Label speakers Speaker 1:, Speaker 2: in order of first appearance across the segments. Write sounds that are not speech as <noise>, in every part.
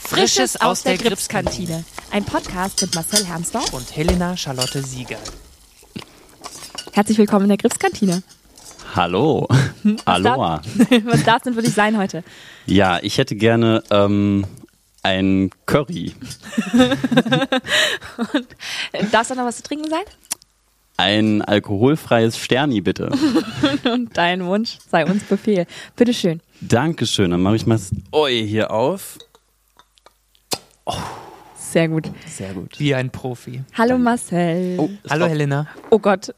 Speaker 1: Frisches aus der Gripskantine. Ein Podcast mit Marcel Hermsdorf.
Speaker 2: und Helena Charlotte Sieger.
Speaker 1: Herzlich willkommen in der Gripskantine. <laughs>
Speaker 3: Hallo. Aloha.
Speaker 1: Was darf denn wirklich sein heute?
Speaker 3: Ja, ich hätte gerne ähm, ein Curry.
Speaker 1: Äh, Darf es auch noch was zu trinken sein?
Speaker 3: Ein alkoholfreies Sterni, bitte.
Speaker 1: Und dein Wunsch sei uns Befehl. Bitteschön.
Speaker 3: Dankeschön. Dann mache ich mal das Oi hier auf.
Speaker 1: Sehr gut.
Speaker 3: Sehr gut.
Speaker 2: Wie ein Profi.
Speaker 1: Hallo Marcel. Oh,
Speaker 3: Es
Speaker 2: Hallo
Speaker 3: war-
Speaker 2: Helena.
Speaker 1: Gott.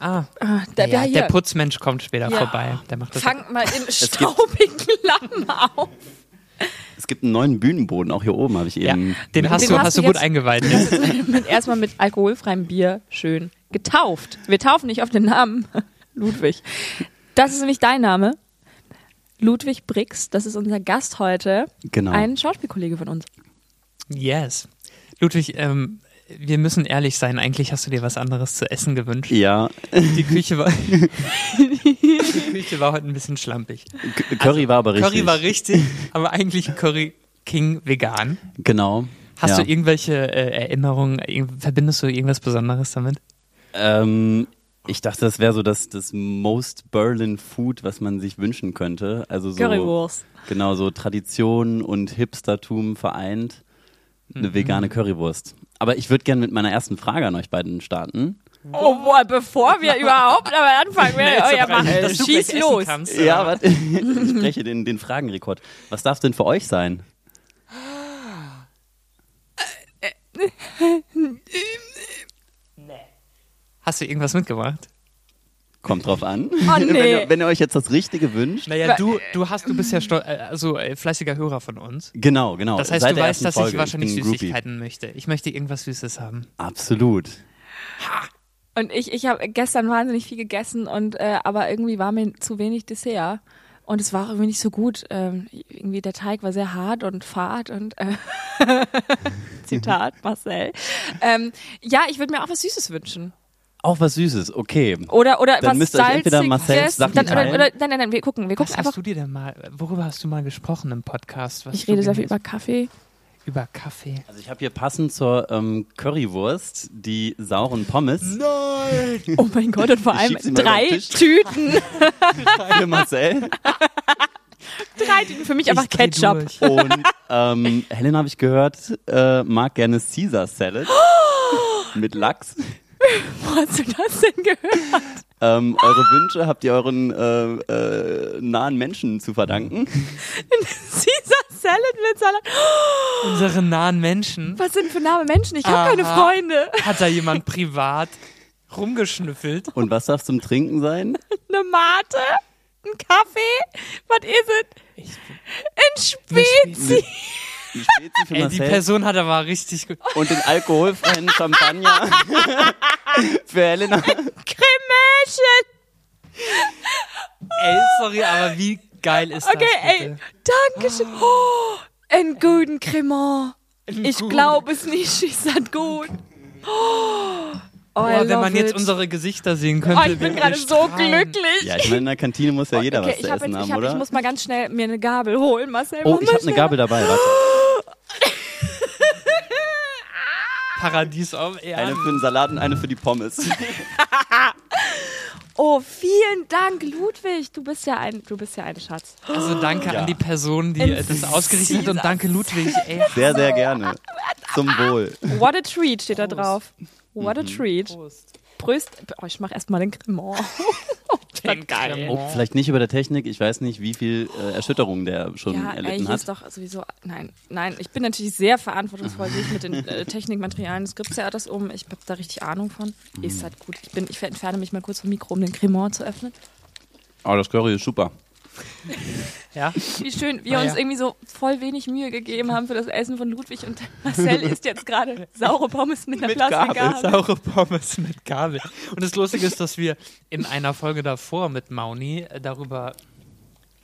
Speaker 2: Ah,
Speaker 1: Ah,
Speaker 2: der,
Speaker 1: der, der hier.
Speaker 2: der Putzmensch kommt später vorbei. Der macht das.
Speaker 1: Fang mal im staubigen Lamm auf.
Speaker 3: Es gibt einen neuen Bühnenboden, auch hier oben habe ich
Speaker 2: ja,
Speaker 3: eben.
Speaker 2: den hast
Speaker 1: Den
Speaker 2: du,
Speaker 1: hast
Speaker 2: hast
Speaker 1: du
Speaker 2: du gut
Speaker 1: jetzt-
Speaker 2: eingeweiht. Ja.
Speaker 1: Und <laughs> erstmal mit alkoholfreiem Bier schön getauft. Wir taufen nicht auf den Namen <laughs> Ludwig. Das ist nämlich dein Name. Ludwig Brix, das ist unser Gast heute.
Speaker 3: Genau.
Speaker 1: Ein Schauspielkollege von uns.
Speaker 2: Yes. Ludwig, ähm, wir müssen ehrlich sein. Eigentlich hast du dir was anderes zu essen gewünscht.
Speaker 3: Ja,
Speaker 2: <laughs> Die Küche war, die Küche war heute ein bisschen schlampig.
Speaker 3: K- Curry war aber richtig.
Speaker 2: Also, Curry war richtig, aber eigentlich Curry King vegan.
Speaker 3: Genau.
Speaker 2: Hast
Speaker 3: ja.
Speaker 2: du irgendwelche äh, Erinnerungen? Irgend- Verbindest du irgendwas Besonderes damit?
Speaker 3: Ähm, ich dachte, das wäre so das, das Most Berlin Food, was man sich wünschen könnte. Also so,
Speaker 1: Currywurst.
Speaker 3: Genau, so Tradition und Hipstertum vereint.
Speaker 2: Mhm.
Speaker 3: Eine vegane Currywurst. Aber ich würde gerne mit meiner ersten Frage an euch beiden starten.
Speaker 1: Oh, boah, bevor
Speaker 3: <laughs>
Speaker 1: wir überhaupt aber anfangen,
Speaker 2: Nee,
Speaker 1: oh,
Speaker 2: ist
Speaker 1: ja,
Speaker 2: doch
Speaker 1: mach,
Speaker 2: recht, dass du
Speaker 1: schieß
Speaker 2: gleich essen
Speaker 1: los.
Speaker 2: kannst,
Speaker 3: Ja,
Speaker 2: aber-
Speaker 3: warte. Ich breche den, den Fragenrekord. Was darf denn für euch sein?
Speaker 2: Hast du irgendwas mitgebracht?
Speaker 3: Kommt drauf an.
Speaker 1: Oh, nee.
Speaker 3: wenn, ihr, wenn ihr euch jetzt das Richtige wünscht.
Speaker 2: Naja, du, du hast, du bist ja stol- äh, also äh, fleißiger Hörer von uns.
Speaker 3: Genau, genau.
Speaker 2: Das heißt,
Speaker 3: Seit
Speaker 2: du
Speaker 3: der
Speaker 2: weißt,
Speaker 3: ersten
Speaker 2: dass
Speaker 3: Folge.
Speaker 2: ich wahrscheinlich
Speaker 3: bin ein Groupie.
Speaker 2: Süßigkeiten möchte. Ich möchte irgendwas Süßes haben.
Speaker 3: Absolut.
Speaker 1: Und ich, ich habe gestern wahnsinnig viel gegessen und äh, aber irgendwie war mir zu wenig Dessert. Und es war auch irgendwie nicht so gut. Ähm, irgendwie der Teig war sehr hart und fad und äh, <laughs> Zitat
Speaker 3: Mhm.
Speaker 1: Marcel. Ähm, ja, ich würde mir auch was Süßes wünschen.
Speaker 3: Auch was Süßes, okay.
Speaker 1: Oder oder
Speaker 3: Dann
Speaker 1: was
Speaker 3: müsst ihr euch
Speaker 1: Salziges.
Speaker 3: entweder Marcells Sachen
Speaker 1: dann, oder,
Speaker 3: teilen.
Speaker 1: oder, nein, nein, nein, wir gucken, wir gucken
Speaker 2: Was
Speaker 1: einfach.
Speaker 2: hast du dir denn mal, worüber hast du mal gesprochen im Podcast? Was
Speaker 1: ich
Speaker 2: du
Speaker 1: rede sehr viel über
Speaker 2: genießt?
Speaker 3: <laughs>
Speaker 1: Kaffee.
Speaker 2: über Kaffee.
Speaker 3: Also ich habe hier passend zur ähm, Currywurst die sauren Pommes
Speaker 2: Nein!
Speaker 1: Oh mein Gott, und vor
Speaker 3: Ich
Speaker 1: allem
Speaker 3: schieb sie mal über
Speaker 1: drei
Speaker 3: den Tisch.
Speaker 1: Tüten.
Speaker 3: für Marcel.
Speaker 1: Drei Tüten für mich einfach Ketchup.
Speaker 3: Und ähm, Helen habe ich gehört, äh, mag gerne Caesar Salad
Speaker 1: <gasps>
Speaker 3: mit Lachs.
Speaker 1: Wo hast du das denn gehört? <laughs>
Speaker 3: Ähm, eure Wünsche habt ihr euren äh, äh, nahen Menschen zu verdanken.
Speaker 1: Caesar Salad mit Salat.
Speaker 2: Unsere nahen Menschen.
Speaker 1: Was sind für Name Menschen? Ich habe
Speaker 2: Aha.
Speaker 1: keine Freunde.
Speaker 2: Hat da jemand privat rumgeschnüffelt?
Speaker 3: Und was darf zum Trinken sein?
Speaker 1: Eine Mate? Ein Kaffee? Was is it? Ein
Speaker 2: Eine
Speaker 1: Spezi?
Speaker 2: Spezi.
Speaker 3: Äh, Die Spezi für
Speaker 2: Ey, die
Speaker 3: Marcel
Speaker 2: Person hat aber richtig gut.
Speaker 3: und den alkoholfreien <laughs> Champagner für Helena.
Speaker 1: Cremation?
Speaker 2: Ey, sorry, aber wie geil ist
Speaker 1: Okay,
Speaker 2: das?
Speaker 1: ey. Oh, Dankeschön.
Speaker 2: Ah.
Speaker 1: Oh, einen guten Cremant. Ich
Speaker 2: guten.
Speaker 1: glaube es nicht. <laughs> Ich sag gut. Oh, I
Speaker 2: Boah, wenn
Speaker 1: love
Speaker 2: man jetzt
Speaker 1: it.
Speaker 2: unsere Gesichter sehen könnte.
Speaker 1: Oh, ich bin
Speaker 2: wir
Speaker 1: gerade so
Speaker 2: strahlen.
Speaker 1: glücklich.
Speaker 3: Ja, ich meine, in der Kantine muss ja jeder
Speaker 1: Oh, okay,
Speaker 3: was zu
Speaker 1: ich, hab
Speaker 3: essen
Speaker 1: jetzt,
Speaker 3: haben,
Speaker 1: ich, hab,
Speaker 3: oder?
Speaker 1: ich muss mal ganz schnell mir eine Gabel holen, Marcel.
Speaker 3: oh,
Speaker 1: mach
Speaker 3: ich
Speaker 1: mal
Speaker 3: habe eine
Speaker 1: schnell.
Speaker 3: Gabel dabei, warte.
Speaker 2: Paradies auf Erden.
Speaker 3: Eine für den Salat und eine für die Pommes.
Speaker 1: Oh, vielen Dank, Ludwig. Du bist ja ein, du bist ja ein Schatz.
Speaker 2: Also danke
Speaker 3: Ja.
Speaker 2: an die Person, die äh, das ausgerichtet hat und danke
Speaker 1: <laughs>
Speaker 2: Ludwig. Ey,
Speaker 3: Sehr, sehr gerne. Zum Wohl.
Speaker 1: What a treat steht da drauf. What a treat. Prost. Oh, ich mach erstmal den Oh. Cremant.
Speaker 2: den geil.
Speaker 3: Oh, vielleicht nicht über der Technik. Ich weiß nicht, wie viel äh, Erschütterung der schon
Speaker 1: Ja, ey,
Speaker 3: erlitten
Speaker 1: hier
Speaker 3: hat.
Speaker 1: ist doch sowieso. Nein, nein, ich bin natürlich sehr verantwortungsvoll, wie ich mit den äh, Technikmaterialien des Skripttheaters um. Ich hab da richtig Ahnung von. Ist halt gut. Ich, bin, ich entferne mich mal kurz vom Mikro, um den Cremant zu öffnen.
Speaker 3: Oh, das Curry ist super.
Speaker 2: Ja.
Speaker 1: Wie schön, wir
Speaker 2: Ah,
Speaker 1: uns
Speaker 2: ja.
Speaker 1: irgendwie so voll wenig Mühe gegeben haben für das Essen von Ludwig und <laughs> Marcel isst jetzt gerade saure Pommes mit einer Plastikgabel.
Speaker 2: Saure Pommes mit Gabel. Und das Lustige ist, dass wir in einer Folge davor mit Mauni äh, darüber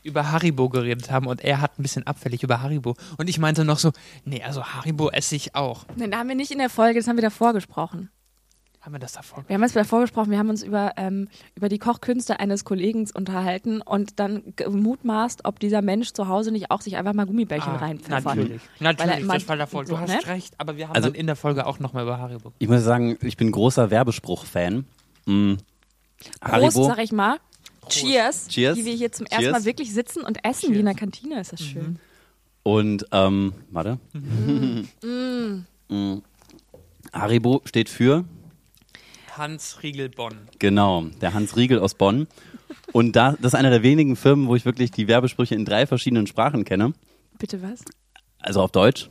Speaker 2: über Haribo geredet haben und er hat ein bisschen abfällig über Haribo. Und ich meinte noch so, nee, also Haribo esse ich auch.
Speaker 1: Nein, da haben wir nicht in der Folge, das haben wir davor gesprochen.
Speaker 2: Haben wir das davor?
Speaker 1: Wir haben es davor gesprochen, wir haben uns über, ähm, über die Kochkünste eines Kollegen unterhalten und dann gemutmaßt, ob dieser Mensch zu Hause nicht auch sich einfach mal Gummibärchen reinpfeffert.
Speaker 2: Ah, natürlich.
Speaker 1: Weil er
Speaker 2: Natürlich,
Speaker 1: immer-
Speaker 2: das war davor. Du
Speaker 1: Ne?
Speaker 2: hast recht, aber wir haben
Speaker 3: Also-
Speaker 2: dann in der Folge auch nochmal über Haribo.
Speaker 3: Ich muss sagen, ich bin großer Werbespruch-Fan. Mm.
Speaker 1: Prost,
Speaker 3: Haribo,
Speaker 1: sag ich mal. Cheers,
Speaker 3: Cheers.
Speaker 1: die wir hier zum
Speaker 3: Cheers.
Speaker 1: ersten Mal wirklich sitzen und essen wie in der Kantine, ist das
Speaker 2: Mhm.
Speaker 1: schön.
Speaker 3: Und ähm, warte. <laughs> Mm. Haribo steht für,
Speaker 2: Hans Riegel Bonn.
Speaker 3: genau, der Hans Riegel aus Bonn. Und da, das ist einer der wenigen Firmen, wo ich wirklich die Werbesprüche in drei verschiedenen Sprachen kenne.
Speaker 1: Bitte was?
Speaker 3: Also auf Deutsch,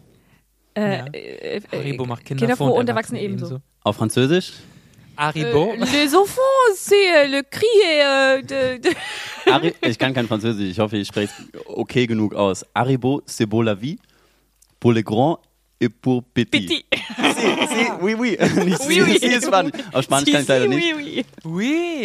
Speaker 1: Äh,
Speaker 2: Ja.
Speaker 1: äh, äh,
Speaker 2: Haribo macht Kinder,
Speaker 1: Kinder
Speaker 2: froh und
Speaker 1: Erwachsene ebenso.
Speaker 3: auf Französisch,
Speaker 2: Haribo?
Speaker 1: Äh, les enfants, c'est le cri euh, de, de
Speaker 3: Ari ich kann kein Französisch, ich hoffe, ich spreche es okay genug aus. Haribo, c'est beau la vie, pour le grand et pour petit.
Speaker 1: <laughs> petit.
Speaker 3: Si, si, oui, oui. Nicht
Speaker 1: Oui, oui.
Speaker 3: <laughs> si, si ist Spanisch. Auf Spanisch kann ich leider nicht.
Speaker 1: Oui, oui.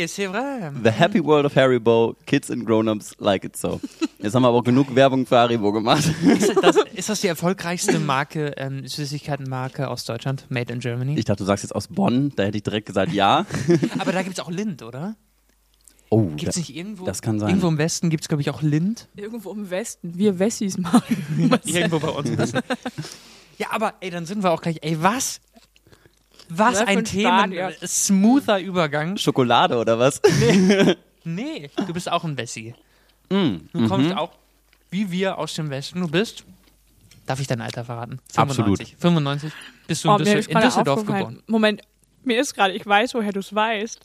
Speaker 2: oui, c'est vrai.
Speaker 3: The Happy World of Haribo, Kids and Grown-Ups like it so. Jetzt haben wir aber auch genug Werbung für Haribo gemacht.
Speaker 2: Ist das, ist das die erfolgreichste Marke, ähm, Süßigkeitenmarke aus Deutschland? Made in Germany?
Speaker 3: Ich dachte, du sagst jetzt aus Bonn, da hätte ich direkt gesagt, ja.
Speaker 2: aber da gibt es auch Lind, oder?
Speaker 3: Oh,
Speaker 2: Gibt es
Speaker 3: da-
Speaker 2: nicht irgendwo?
Speaker 3: das kann sein.
Speaker 2: Irgendwo im Westen gibt es, glaube ich, auch
Speaker 3: <laughs>
Speaker 2: Lind.
Speaker 1: Irgendwo im Westen, wir Wessis machen. Was?
Speaker 2: Irgendwo bei uns. im Westen. <laughs> ja, aber ey, dann sind wir auch gleich. Ey, was? Was
Speaker 1: Was für
Speaker 2: ein
Speaker 1: ein
Speaker 2: Themen.
Speaker 1: Stadion.
Speaker 2: Smoother Übergang.
Speaker 3: Schokolade oder was?
Speaker 2: Nee, du bist auch ein Wessi.
Speaker 3: Mm,
Speaker 2: Du
Speaker 3: mhm.
Speaker 2: kommst auch, wie wir, aus dem Westen. Du bist, darf ich dein Alter verraten?
Speaker 3: Absolut.
Speaker 2: 95. 95 bist du in,
Speaker 1: Oh, mir
Speaker 2: Düssel
Speaker 1: ist
Speaker 2: in
Speaker 1: gerade
Speaker 2: Düsseldorf
Speaker 1: aufgefallen.
Speaker 2: geboren.
Speaker 1: Moment, mir ist gerade, ich weiß, woher du es weißt.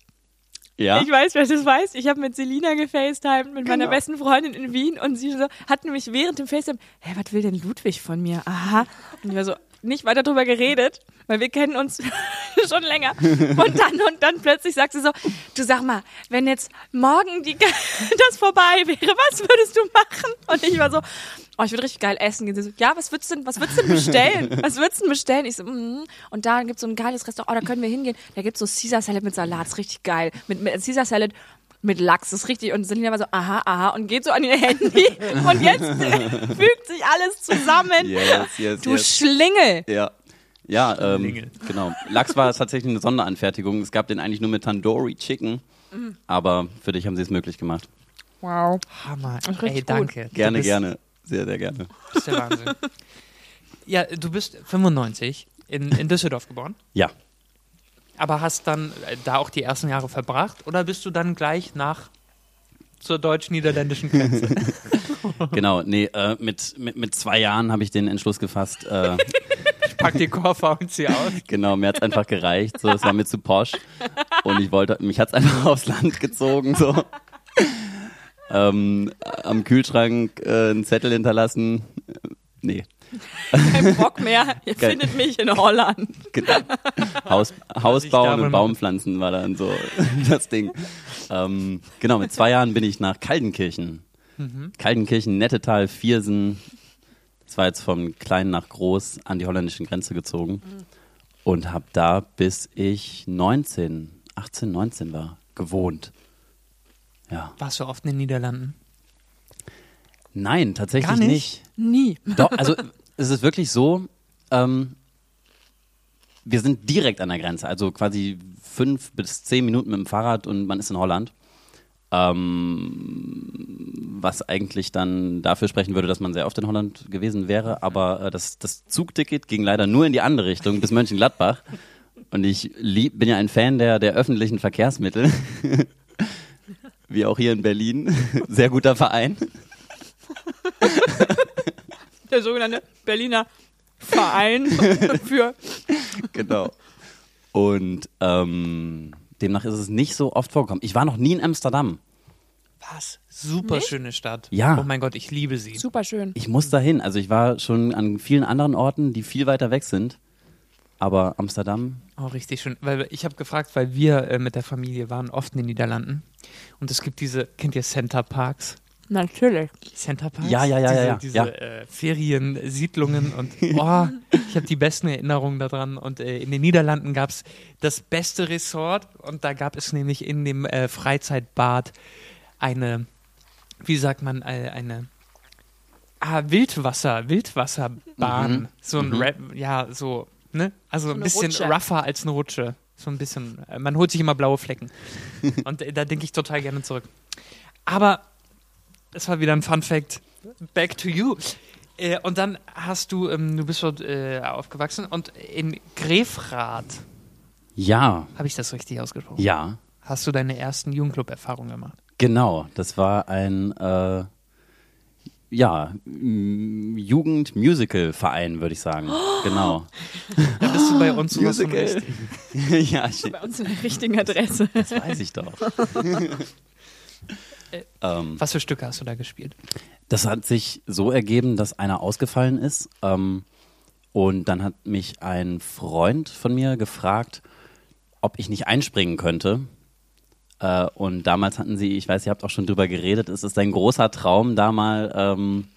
Speaker 3: Ja.
Speaker 1: Ich weiß, wer das weiß. Ich habe mit Selina gefacetimed, mit meiner
Speaker 3: Genau.
Speaker 1: besten Freundin in Wien und sie so, hat nämlich während dem Facetime, hä, was will denn Ludwig von mir? Aha. Und ich war so, nicht weiter drüber geredet, weil wir kennen uns <laughs> schon länger. Und dann, und dann plötzlich sagt sie so, du sag mal, wenn jetzt morgen die, <laughs> das vorbei wäre, was würdest du machen? Und ich war so, oh, ich würde richtig geil essen gehen. Sie so, ja, was würdest du denn, was würdest du denn
Speaker 3: <laughs>
Speaker 1: bestellen? Was würdest du denn bestellen? Ich so, mhm. und da gibt's so ein geiles Restaurant, oh, da können wir hingehen. Da gibt's so Caesar Salad mit Salat, ist richtig geil. Mit, mit Caesar Salad mit Lachs, ist richtig. Und Selina war so, aha, aha, und geht so an ihr
Speaker 3: <laughs>
Speaker 1: Handy. Und jetzt äh, fügt sich alles zusammen.
Speaker 3: Yes, yes,
Speaker 1: du
Speaker 3: yes.
Speaker 1: Schlingel.
Speaker 3: Ja. Ja, ähm,
Speaker 2: Schlingel.
Speaker 3: genau. Lachs war tatsächlich eine Sonderanfertigung. Es gab den eigentlich nur mit Tandoori Chicken. Aber für dich haben sie es möglich gemacht.
Speaker 1: Wow.
Speaker 2: Hammer.
Speaker 1: ist richtig
Speaker 2: Ey,
Speaker 1: gut.
Speaker 2: danke. Du
Speaker 3: Gerne,
Speaker 2: bist,
Speaker 3: gerne. Sehr, sehr gerne.
Speaker 2: bist der Wahnsinn. <laughs> ja, du bist 95 in, in Düsseldorf geboren,
Speaker 3: Ja.
Speaker 2: aber hast dann äh, da auch die ersten Jahre verbracht oder bist du dann gleich nach zur deutsch-niederländischen Grenze?
Speaker 3: <laughs> Genau, nee, äh, mit, mit, mit zwei Jahren habe ich den Entschluss gefasst. Äh,
Speaker 2: Ich pack
Speaker 3: <laughs>
Speaker 2: die Koffer und zieh aus.
Speaker 3: genau, mir hat es einfach gereicht. So, es war mir zu posch. Und ich wollte, mich hat es einfach <laughs> aufs Land gezogen. So. <laughs> Ähm, am Kühlschrank äh, einen Zettel hinterlassen. Äh, Nee,
Speaker 1: Kein Bock mehr. Ihr
Speaker 3: Geil.
Speaker 1: findet mich in Holland.
Speaker 3: genau.
Speaker 2: <laughs>
Speaker 3: Haus, Haus
Speaker 2: Also ich da
Speaker 3: bauen
Speaker 2: wohl
Speaker 3: und
Speaker 2: mache.
Speaker 3: Baumpflanzen war dann so <laughs> das Ding. Ähm, genau, mit zwei Jahren bin ich nach Kaldenkirchen.
Speaker 2: Mhm.
Speaker 3: Kaldenkirchen, Nettetal, Viersen. Das war jetzt von klein nach groß an die holländischen Grenze gezogen.
Speaker 2: Mhm.
Speaker 3: Und habe da, bis ich 19, 18, 19 war, gewohnt. Ja.
Speaker 2: Warst du oft in den Niederlanden?
Speaker 3: Nein, tatsächlich
Speaker 2: Gar nicht?
Speaker 3: nicht.
Speaker 1: Nie.
Speaker 3: Doch, also es ist wirklich so, ähm, wir sind direkt an der Grenze, also quasi fünf bis zehn Minuten mit dem Fahrrad und man ist in Holland. Ähm, was eigentlich dann dafür sprechen würde, dass man sehr oft in Holland gewesen wäre, aber äh, das, das Zugticket ging leider nur in die andere Richtung, bis Mönchengladbach. Und ich lieb, bin ja ein Fan der, der öffentlichen Verkehrsmittel, <laughs> wie auch hier in Berlin. Sehr guter Verein.
Speaker 1: Der sogenannte Berliner
Speaker 3: <laughs>
Speaker 1: Verein für
Speaker 3: genau. Und ähm, demnach ist es nicht so oft vorgekommen. Ich war noch nie in Amsterdam.
Speaker 2: Was? Super schöne Stadt.
Speaker 3: Ja.
Speaker 2: Oh mein Gott, ich liebe sie.
Speaker 1: super schön.
Speaker 3: Ich muss dahin. Also ich war schon an vielen anderen Orten, die viel weiter weg sind. Aber Amsterdam,
Speaker 2: Oh, richtig schön. Weil ich habe gefragt, weil wir äh, mit der Familie waren oft in den Niederlanden. Und es gibt diese, kennt ihr Center Parks?
Speaker 1: Natürlich.
Speaker 2: Center Parks?
Speaker 3: Ja, ja, ja,
Speaker 2: diese,
Speaker 3: ja, ja.
Speaker 2: Diese
Speaker 3: Ja.
Speaker 2: Äh, Feriensiedlungen und oh, <laughs> ich habe die besten Erinnerungen daran. Und äh, in den Niederlanden gab es das beste Resort und da gab es nämlich in dem äh, Freizeitbad eine, wie sagt man, äh, eine ah, Wildwasser,
Speaker 3: Mhm.
Speaker 2: Wildwasserbahn. So ein Rap, ja, so, ne? Also ein
Speaker 1: eine
Speaker 2: bisschen
Speaker 1: Rutsche.
Speaker 2: rougher als eine Rutsche. So ein bisschen, äh, man holt sich immer blaue
Speaker 3: <laughs>
Speaker 2: Flecken. Und äh, da denke ich total gerne zurück. Aber das war wieder ein Fun Fact. Back to you. Äh, und dann hast du, ähm, du bist dort äh, aufgewachsen und in Grefrath,
Speaker 3: Ja,
Speaker 2: habe ich das richtig ausgesprochen?
Speaker 3: ja,
Speaker 2: Hast du deine ersten Jugendclub-Erfahrungen gemacht?
Speaker 3: genau. Das war ein äh, ja, m- Jugend-Musical-Verein, würde ich sagen. Genau. <laughs>
Speaker 2: Da bist du bei uns sowas von
Speaker 3: Musical.
Speaker 2: richtig.
Speaker 3: ja, shit,
Speaker 1: Bei uns in der richtigen <laughs> Adresse.
Speaker 3: das weiß ich doch. ähm,
Speaker 2: Was für Stücke hast du da gespielt?
Speaker 3: Das hat sich so ergeben, dass einer ausgefallen ist. Ähm, und dann hat mich ein Freund von mir gefragt, ob ich nicht einspringen könnte. Äh, und damals hatten sie, ich weiß, ihr habt auch schon drüber geredet, es ist ein großer Traum, da mal ähm,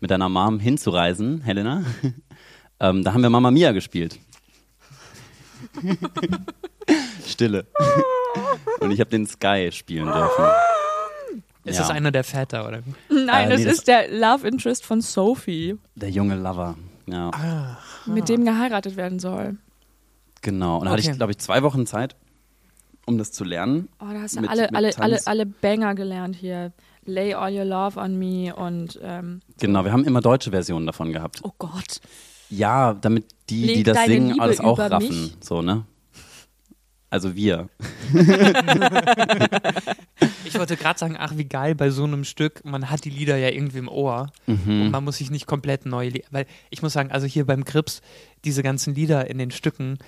Speaker 3: mit deiner Mom hinzureisen, Helena. <laughs> ähm, da haben wir Mama Mia gespielt. Stille. und ich habe den Sky spielen dürfen.
Speaker 2: Ist
Speaker 3: Ja.
Speaker 2: das einer der Väter, oder?
Speaker 1: Nein,
Speaker 3: Äh,
Speaker 1: Ah, das
Speaker 3: nee, das-
Speaker 1: ist der Love Interest von Sophie,
Speaker 3: Der junge Lover. Ja.
Speaker 1: mit dem geheiratet werden soll.
Speaker 3: Genau. Und da hatte
Speaker 2: Okay.
Speaker 3: ich, glaube ich, zwei Wochen Zeit, um das zu lernen.
Speaker 1: Oh, da hast du
Speaker 3: Mit-
Speaker 1: alle,
Speaker 3: mit
Speaker 1: alle, alle,
Speaker 3: Tanz.
Speaker 1: alle Banger gelernt hier. Lay all your love on me und ähm,
Speaker 3: Genau, wir haben immer deutsche Versionen davon gehabt.
Speaker 1: oh Gott.
Speaker 3: Ja, damit die, die
Speaker 1: Leg
Speaker 3: das
Speaker 1: deine
Speaker 3: singen,
Speaker 1: Liebe
Speaker 3: alles auch
Speaker 1: über
Speaker 3: raffen.
Speaker 1: mich.
Speaker 3: So, ne? Also wir.
Speaker 2: Ich wollte gerade sagen, ach, wie geil bei so einem Stück, man hat die Lieder ja irgendwie im Ohr
Speaker 3: Mhm.
Speaker 2: und man muss sich nicht komplett neu, li- weil ich muss sagen, also hier beim Krips, diese ganzen Lieder in den Stücken,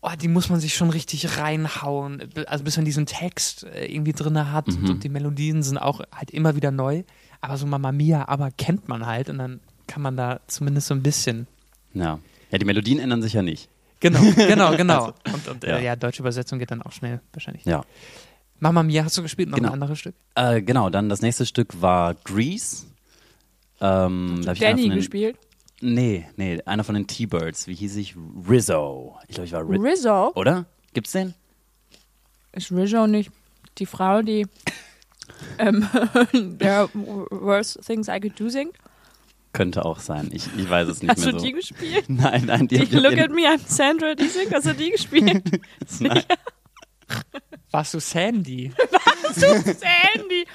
Speaker 2: oh, die muss man sich schon richtig reinhauen, b- also bis man diesen Text äh, irgendwie drin hat
Speaker 3: Mhm.
Speaker 2: und die Melodien sind auch halt immer wieder neu, aber so Mamma Mia, aber kennt man halt und dann kann man da zumindest so ein bisschen.
Speaker 3: Ja. Ja, die Melodien ändern sich ja nicht. <laughs>
Speaker 2: Genau, genau, genau. Und, und
Speaker 3: Also, Ja.
Speaker 2: äh, ja, deutsche Übersetzung geht dann auch schnell wahrscheinlich.
Speaker 3: Ja.
Speaker 2: Mamma Mia hast du gespielt, noch
Speaker 3: Genau.
Speaker 2: ein anderes Stück?
Speaker 3: Äh, genau, dann das nächste Stück war Grease. Ähm, da hab ich einer
Speaker 1: Danny
Speaker 3: von den,
Speaker 1: gespielt.
Speaker 3: Nee, nee, einer von den T-Birds. Wie hieß ich? Rizzo. Ich glaube, ich war Rizzo.
Speaker 1: Rizzo.
Speaker 3: Oder? Gibt's den?
Speaker 1: Ist Rizzo nicht die Frau,
Speaker 3: <laughs>
Speaker 1: die ähm, <laughs> There are worse things I could do singt?
Speaker 3: Könnte auch sein. Ich, ich weiß es nicht
Speaker 1: Hast
Speaker 3: mehr
Speaker 1: du
Speaker 3: so.
Speaker 1: die gespielt?
Speaker 3: <laughs> Nein, nein, die
Speaker 1: Die
Speaker 3: hab ich auf
Speaker 1: Look
Speaker 3: jeden-
Speaker 1: at me, I'm Sandra, die singt. Hast du die gespielt?
Speaker 3: <laughs>
Speaker 2: Warst du Sandy?
Speaker 1: Sandy.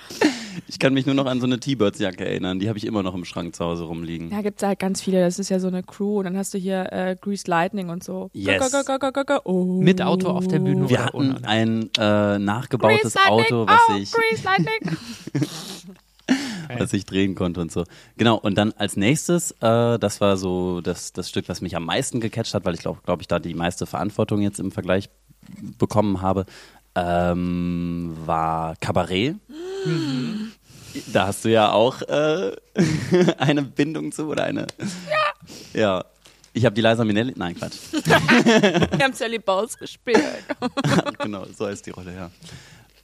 Speaker 3: Ich kann mich nur noch an so eine T-Birds-Jacke erinnern. Die habe ich immer noch im Schrank zu Hause rumliegen.
Speaker 1: Da gibt es halt ganz viele. Das ist ja so eine Crew. Und dann hast du hier äh, Grease Lightning und so.
Speaker 3: Yes.
Speaker 1: Go, go, go, go, go, go. Oh.
Speaker 2: Mit Auto auf der Bühne
Speaker 3: Wir
Speaker 2: oder
Speaker 3: hatten
Speaker 2: ohne?
Speaker 3: ein äh, nachgebautes
Speaker 1: Grease Lightning.
Speaker 3: Auto, was
Speaker 1: oh,
Speaker 3: ich,
Speaker 1: Grease
Speaker 3: <laughs>
Speaker 1: Lightning.
Speaker 3: was ich drehen konnte und so. Genau, und dann als nächstes, äh, das war so das, das Stück, was mich am meisten gecatcht hat, weil ich glaube, glaub ich, da die meiste Verantwortung jetzt im Vergleich bekommen habe, ähm, war Kabarett. Da hast du ja auch äh, <laughs> eine Bindung zu oder eine. Ja. Ja. Ich habe die Liza Minnelli. Nein, Quatsch.
Speaker 1: Wir haben Sally Bowles gespielt.
Speaker 3: genau, so heißt die Rolle, ja.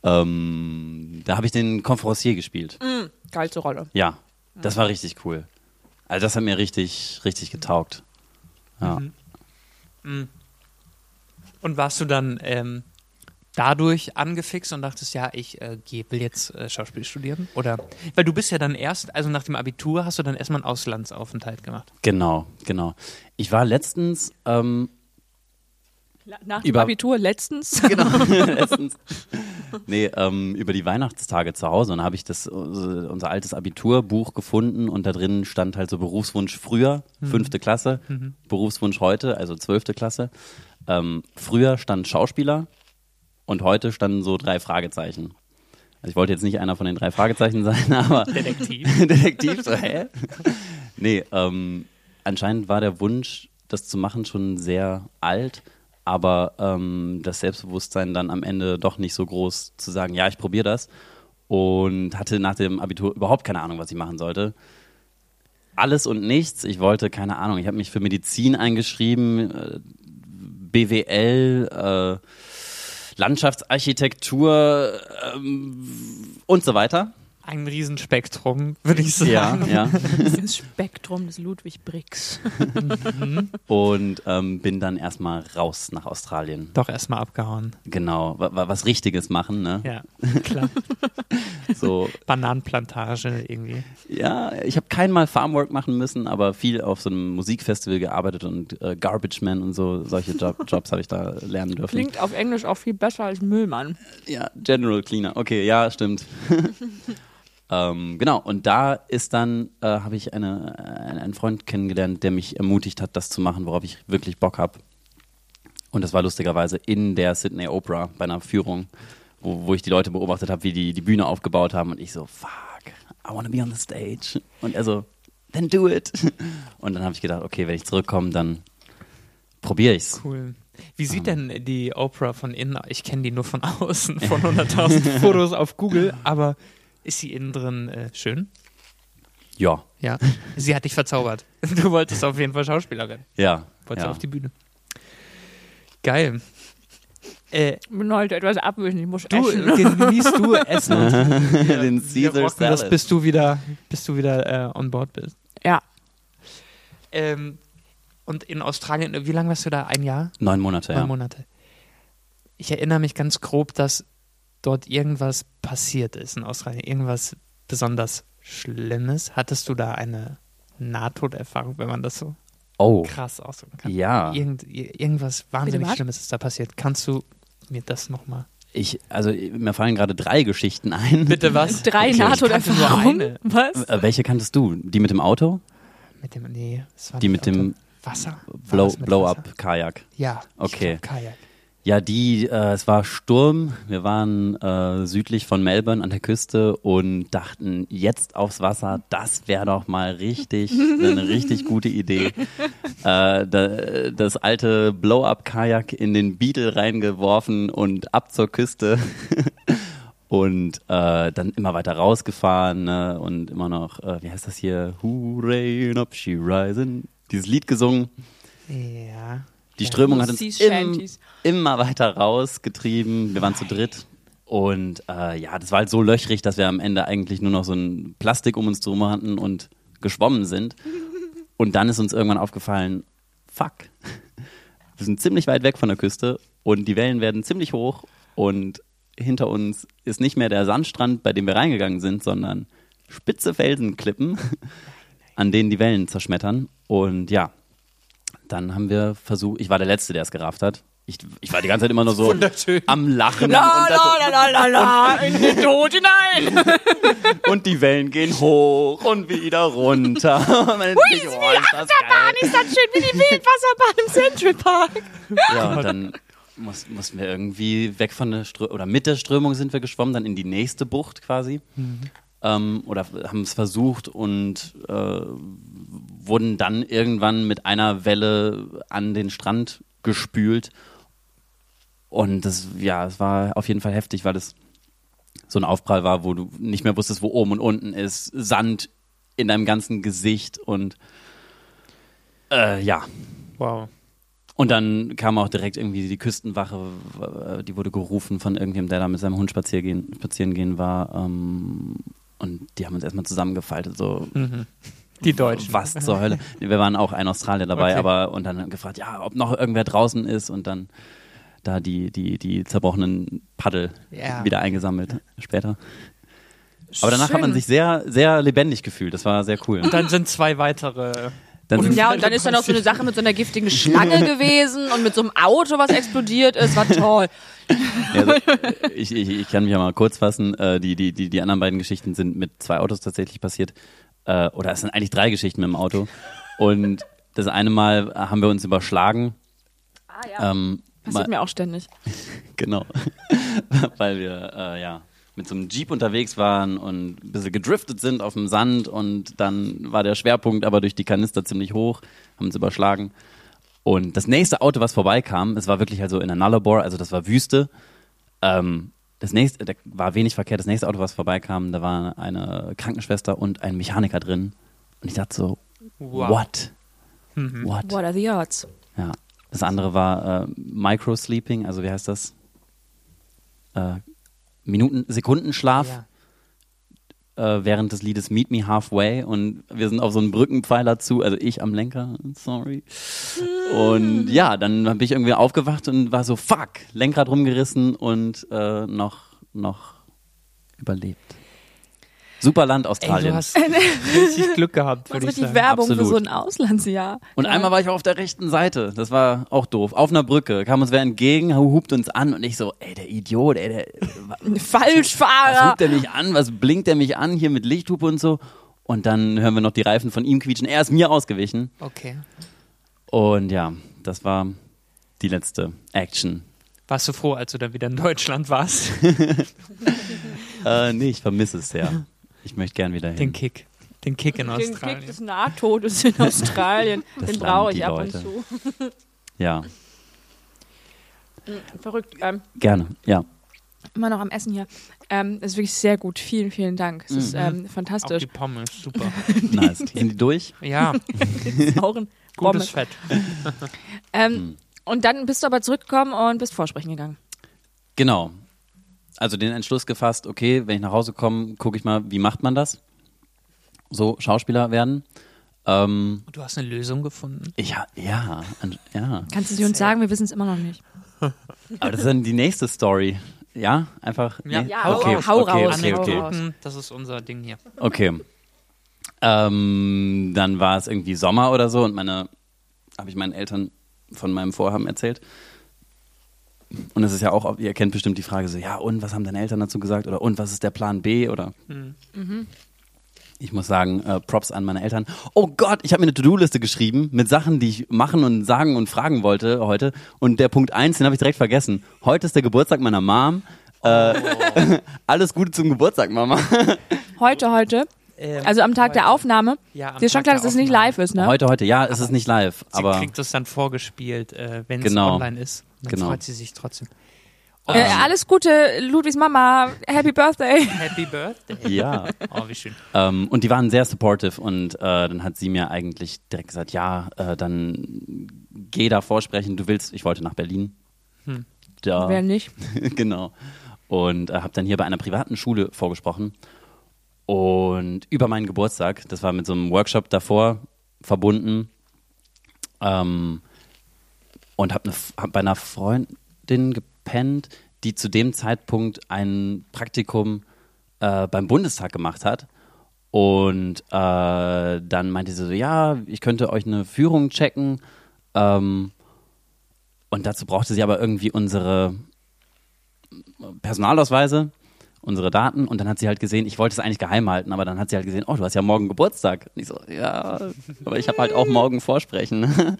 Speaker 3: Ähm, da habe ich den Conferencier gespielt.
Speaker 1: Geilste Rolle.
Speaker 3: Ja, das war richtig cool. Also das hat mir richtig, richtig getaugt. Ja.
Speaker 2: Und warst du dann ähm, dadurch angefixt und dachtest, ja, ich äh, geh, will jetzt äh, Schauspiel studieren? Oder weil du bist ja dann erst, also nach dem Abitur hast du dann erstmal einen Auslandsaufenthalt gemacht.
Speaker 3: Genau, genau. Ich war letztens, ähm,
Speaker 1: Nach dem
Speaker 3: Über- Genau.
Speaker 1: Abitur
Speaker 3: <laughs>
Speaker 1: letztens.
Speaker 3: letztens nee, ähm, über die Weihnachtstage zu Hause und da habe ich das, äh, unser altes Abiturbuch gefunden und da drin stand halt so Berufswunsch früher, fünfte Klasse, Berufswunsch heute, also zwölfte Klasse. Ähm, früher stand Schauspieler und heute standen so drei Fragezeichen. Also ich wollte jetzt nicht einer von den drei Fragezeichen <laughs> sein, aber
Speaker 2: Detektiv.
Speaker 3: <laughs> Detektiv, so, hä? <laughs> Nee, ähm, anscheinend war der Wunsch, das zu machen, schon sehr alt, aber ähm, das Selbstbewusstsein dann am Ende doch nicht so groß zu sagen, ja, ich probiere das. Und hatte nach dem Abitur überhaupt keine Ahnung, was ich machen sollte. Alles und nichts. Ich wollte, keine Ahnung, ich habe mich für Medizin eingeschrieben, äh, BWL, äh, Landschaftsarchitektur ähm, und so weiter.
Speaker 2: <laughs> ein Riesenspektrum, würde ich sagen.
Speaker 3: Ja, ja.
Speaker 1: Das ist das Spektrum des Ludwig Bricks.
Speaker 3: Und ähm, bin dann erstmal raus nach Australien.
Speaker 2: Doch erstmal abgehauen.
Speaker 3: Genau, wa- wa- was Richtiges machen, ne?
Speaker 2: Ja, <laughs> klar.
Speaker 3: So,
Speaker 2: Bananenplantage irgendwie.
Speaker 3: ja, ich habe kein Mal Farmwork machen müssen, aber viel auf so einem Musikfestival gearbeitet und äh, Garbage Man und so, solche Job, Jobs habe ich da lernen dürfen.
Speaker 1: Klingt auf Englisch auch viel besser als Müllmann.
Speaker 3: Ja, General Cleaner. Okay, ja, stimmt. <laughs> ähm, genau, und da ist dann, äh, habe ich eine, äh, einen Freund kennengelernt, der mich ermutigt hat, das zu machen, worauf ich wirklich Bock habe. Und das war lustigerweise in der Sydney Opera bei einer Führung, wo, wo ich die Leute beobachtet habe, wie die die Bühne aufgebaut haben. Und ich so, fuck, I wanna be on the stage. Und er so, then do it. <laughs> Und dann habe ich gedacht, okay, wenn ich zurückkomme, dann probiere ich's.
Speaker 2: Cool. Wie sieht denn die Oprah von innen aus? Ich kenne die nur von außen,
Speaker 3: <laughs>
Speaker 2: von 100.000 Fotos auf Google, aber ist sie innen drin äh, schön?
Speaker 3: Ja,
Speaker 2: Ja. Sie hat dich verzaubert. <laughs> Du wolltest auf jeden Fall Schauspielerin.
Speaker 3: ja.
Speaker 2: Wolltest
Speaker 3: ja.
Speaker 2: auf die Bühne. Geil. Äh,
Speaker 1: Ich bin heute etwas abwesend, ich muss
Speaker 2: du <laughs>
Speaker 1: essen.
Speaker 3: äh,
Speaker 2: genießt du
Speaker 3: <laughs>
Speaker 2: Essen und
Speaker 3: den
Speaker 2: wir
Speaker 3: Caesar
Speaker 2: rocken das,
Speaker 3: Salad.
Speaker 2: bis du wieder, bis du wieder äh, on board bist.
Speaker 1: Ja,
Speaker 2: Ähm, und in Australien, wie lange warst du da? Ein Jahr?
Speaker 3: Neun Monate,
Speaker 2: Neun
Speaker 3: ja.
Speaker 2: Monate. Ich erinnere mich ganz grob, dass dort irgendwas passiert ist in Australien. Irgendwas besonders Schlimmes. Hattest du da eine Nahtoderfahrung, wenn man das so
Speaker 3: Oh.
Speaker 2: krass ausdrücken kann?
Speaker 3: Ja,
Speaker 2: Irgend, ir- irgendwas wahnsinnig
Speaker 1: was?
Speaker 2: Schlimmes ist da passiert. Kannst du mir das nochmal?
Speaker 3: ich, also mir fallen gerade drei Geschichten ein.
Speaker 2: Bitte was?
Speaker 1: drei
Speaker 3: Ich kannte
Speaker 1: NATO-Erfahrungen.
Speaker 2: nur
Speaker 1: Was?
Speaker 3: Äh, welche kanntest du? Die mit dem Auto?
Speaker 2: Ah, Mit dem, nee, es war
Speaker 3: Die
Speaker 2: nicht
Speaker 3: mit dem
Speaker 2: Auto. Wasser? War
Speaker 3: Blow-
Speaker 2: das mit Wasser?
Speaker 3: Blow-up-Kajak.
Speaker 2: Ja. ich
Speaker 3: Okay.
Speaker 2: glaub, Kajak.
Speaker 3: ja, die, äh, es war Sturm. Wir waren äh, südlich von Melbourne an der Küste und dachten, jetzt aufs Wasser, das wäre doch mal richtig, eine richtig gute Idee. äh, da, das alte Blow-up-Kajak in den Beetle reingeworfen und ab zur Küste. <laughs> Und äh, dann immer weiter rausgefahren ne? und immer noch, äh, wie heißt das hier? Hooray, and up she rising. Dieses Lied gesungen.
Speaker 2: Ja.
Speaker 3: Die
Speaker 2: Ja.
Speaker 3: Strömung hat uns
Speaker 1: Sea
Speaker 3: im,
Speaker 1: Shanties.
Speaker 3: immer weiter rausgetrieben. Wir waren zu dritt. Und äh, ja, das war halt so löchrig, dass wir am Ende eigentlich nur noch so ein Plastik um uns drum hatten und geschwommen sind. Und dann ist uns irgendwann aufgefallen, fuck, wir sind ziemlich weit weg von der Küste und die Wellen werden ziemlich hoch und hinter uns ist nicht mehr der Sandstrand, bei dem wir reingegangen sind, sondern spitze Felsenklippen, <laughs> an denen die Wellen zerschmettern. Und ja, dann haben wir versucht, ich war der Letzte, der es gerafft hat. Ich, ich war die ganze Zeit immer nur so
Speaker 2: Wunderschön.
Speaker 3: am Lachen.
Speaker 1: La,
Speaker 3: und, das,
Speaker 1: la, la, la, la, la, in den Tod
Speaker 3: <laughs>
Speaker 1: hinein.
Speaker 3: und die Wellen gehen hoch und wieder runter. <laughs> Und dann denke ich, oh, ist das geil.
Speaker 1: Ist das schön wie die Wildwasserbahn im Central Park.
Speaker 3: Ja, und dann muss, mussten wir irgendwie weg von der Strömung, oder mit der Strömung sind wir geschwommen, dann in die nächste Bucht quasi. Ähm, oder haben es versucht und äh, wurden dann irgendwann mit einer Welle an den Strand gespült. Und das, ja, es war auf jeden Fall heftig, weil es so ein Aufprall war, wo du nicht mehr wusstest, wo oben und unten ist. Sand in deinem ganzen Gesicht und äh, ja,
Speaker 2: Wow.
Speaker 3: und dann kam auch direkt irgendwie die Küstenwache, w- die wurde gerufen von irgendjemandem, der da mit seinem Hund spazieren gehen, spazieren gehen war. Ähm, und die haben uns erstmal zusammengefaltet, so
Speaker 2: Hm. Die Deutschen.
Speaker 3: was zur Hölle. Nee, Wir waren auch ein Australier dabei,
Speaker 2: Okay.
Speaker 3: aber und dann gefragt, ja, ob noch irgendwer draußen ist und dann da die, die, die zerbrochenen Paddel
Speaker 2: Ja.
Speaker 3: wieder eingesammelt später. Aber danach hat man sich sehr, sehr lebendig gefühlt. Das war sehr cool.
Speaker 2: Dann sind zwei weitere.
Speaker 3: Dann sind-
Speaker 1: Ja, und dann ist da noch so eine Sache mit so einer
Speaker 3: <laughs>
Speaker 1: giftigen Schlange gewesen und mit so einem Auto, was explodiert ist. War toll.
Speaker 3: Ja, also, ich, ich, ich kann mich ja mal kurz fassen. Äh, die, die, die, die anderen beiden Geschichten sind mit zwei Autos tatsächlich passiert. Äh, oder es sind eigentlich drei Geschichten mit dem Auto. Und das eine Mal haben wir uns überschlagen.
Speaker 1: Ah, ja.
Speaker 3: Ähm,
Speaker 1: Passiert
Speaker 3: mal-
Speaker 1: mir auch ständig.
Speaker 3: Genau. <laughs> Weil wir, äh, ja, mit so einem Jeep unterwegs waren und ein bisschen gedriftet sind auf dem Sand und dann war der Schwerpunkt aber durch die Kanister ziemlich hoch, haben uns überschlagen. Und das nächste Auto, was vorbeikam, es war wirklich also in der Nullarbor, also das war Wüste. Ähm, das nächste, da war wenig Verkehr. Das nächste Auto, was vorbeikam, da war eine Krankenschwester und ein Mechaniker drin. Und ich dachte so, what? What?
Speaker 1: What are the odds?
Speaker 3: Ja. Das andere war äh, Microsleeping, also wie heißt das? Äh, Minuten, Sekundenschlaf.
Speaker 2: Ja.
Speaker 3: äh, während des Liedes Meet Me Halfway und wir sind auf so einen Brückenpfeiler zu, also ich am Lenker, sorry.
Speaker 2: Mm.
Speaker 3: Und ja, dann bin ich irgendwie aufgewacht und war so, fuck, Lenkrad rumgerissen und äh, noch, noch überlebt. Super Land
Speaker 2: Ey, du
Speaker 3: Australien.
Speaker 2: hast richtig Glück
Speaker 1: <laughs>
Speaker 2: gehabt,
Speaker 1: Das
Speaker 2: würde
Speaker 1: ist
Speaker 2: ich
Speaker 1: richtig
Speaker 2: sagen.
Speaker 1: Werbung für
Speaker 3: Absolut.
Speaker 1: so ein Auslandsjahr.
Speaker 3: Und einmal war ich auch auf der rechten Seite. Das war auch doof. Auf einer Brücke kam uns wer entgegen, hu- hupt uns an und ich so, ey, der Idiot, ey, der, wa- was
Speaker 1: Falschfahrer.
Speaker 3: hupt er mich an? Was blinkt er mich an hier mit Lichthupe und so? Und dann hören wir noch die Reifen von ihm quietschen. Er ist mir ausgewichen.
Speaker 2: Okay.
Speaker 3: Und ja, das war die letzte Action.
Speaker 2: Warst du froh, als du dann wieder in Deutschland warst?
Speaker 3: Äh, nee, ich vermisse es sehr. Ich möchte gern wieder
Speaker 2: <laughs>
Speaker 3: hin.
Speaker 2: Den Kick. Den Kick in
Speaker 1: Den Kick
Speaker 2: Australien.
Speaker 1: des Nahtodes in Australien.
Speaker 3: <laughs> Das
Speaker 1: Den
Speaker 3: Land,
Speaker 1: brauche
Speaker 3: die
Speaker 1: ich ab
Speaker 3: Leute.
Speaker 1: und zu.
Speaker 3: Ja,
Speaker 1: Verrückt. Ähm,
Speaker 3: gerne. Ja.
Speaker 1: immer noch am Essen hier. Ähm, ist wirklich sehr gut. Vielen, vielen Dank. Es
Speaker 3: Mhm.
Speaker 1: ist ähm,
Speaker 2: Auch die
Speaker 1: fantastisch.
Speaker 2: Pommes, super.
Speaker 3: Nice. Sind die durch?
Speaker 1: <laughs>
Speaker 2: Ja,
Speaker 3: <laughs>
Speaker 1: Sauren
Speaker 2: gutes
Speaker 1: Pommes.
Speaker 2: Fett.
Speaker 1: Ähm,
Speaker 3: Hm.
Speaker 1: und dann bist du aber zurückgekommen und bist vorsprechen gegangen.
Speaker 3: Genau. Also den Entschluss gefasst, okay, wenn ich nach Hause komme, gucke ich mal, wie macht man das? So Schauspieler werden. Ähm,
Speaker 2: Und du hast eine Lösung gefunden.
Speaker 3: ich, ha- ja, an- ja.
Speaker 1: Kannst du sie uns sagen? Wir wissen es immer noch nicht.
Speaker 3: Aber das ist dann die nächste Story. Ja, einfach.
Speaker 2: Ja,
Speaker 3: nee?
Speaker 1: ja, hau
Speaker 3: okay,
Speaker 1: raus, hau
Speaker 3: okay,
Speaker 1: raus,
Speaker 3: okay,
Speaker 1: hau
Speaker 3: okay.
Speaker 1: raus.
Speaker 2: Anekdoten, Mhm. das ist unser Ding hier.
Speaker 3: Okay. Ähm, dann war es irgendwie Sommer oder so und meine, habe ich meinen Eltern von meinem Vorhaben erzählt. Und es ist ja auch, ihr kennt bestimmt die Frage so, ja und, was haben deine Eltern dazu gesagt? Oder und, was ist der Plan B? Oder ich muss sagen, äh, Props an meine Eltern. Oh Gott, ich habe mir eine To-Do-Liste geschrieben mit Sachen, die ich machen und sagen und fragen wollte heute. Und der Punkt 1, den habe ich direkt vergessen. Heute ist der Geburtstag meiner Mom. Äh, <laughs> alles Gute zum Geburtstag, Mama.
Speaker 1: Heute, heute.
Speaker 2: Ähm,
Speaker 1: also am Tag der
Speaker 2: heute.
Speaker 1: Aufnahme.
Speaker 2: Ja, am
Speaker 1: Dir ist schon
Speaker 2: Tag
Speaker 1: klar,
Speaker 2: der
Speaker 1: dass es nicht
Speaker 2: Aufnahme.
Speaker 1: live ist, ne?
Speaker 3: Heute, heute, ja, es ist nicht live,
Speaker 2: Sie
Speaker 3: aber
Speaker 2: kriegt das dann vorgespielt, äh, wenn es
Speaker 3: Genau.
Speaker 2: online ist. Und Dann
Speaker 3: Genau.
Speaker 2: freut sie sich trotzdem.
Speaker 1: Äh, alles Gute, Ludwigs Mama. Happy Birthday.
Speaker 2: Happy Birthday.
Speaker 3: <laughs> ja.
Speaker 2: Oh, wie schön.
Speaker 3: ähm, und die waren sehr supportive und äh, dann hat sie mir eigentlich direkt gesagt, ja, äh, dann geh da vorsprechen, du willst, ich wollte nach Berlin. Da.
Speaker 1: Wer nicht?
Speaker 3: <laughs> genau. Und äh, habe dann hier bei einer privaten Schule vorgesprochen. Und über meinen Geburtstag, das war mit so einem Workshop davor verbunden. Ähm, und habe hab bei einer Freundin gepennt, die zu dem Zeitpunkt ein Praktikum äh, beim Bundestag gemacht hat. Und äh, dann meinte sie so, ja, ich könnte euch eine Führung checken. Ähm, und dazu brauchte sie aber irgendwie unsere Personalausweise, unsere Daten und dann hat sie halt gesehen, ich wollte es eigentlich geheim halten, aber dann hat sie halt gesehen, oh, du hast ja morgen Geburtstag. Und ich so, ja, aber ich habe halt auch morgen Vorsprechen.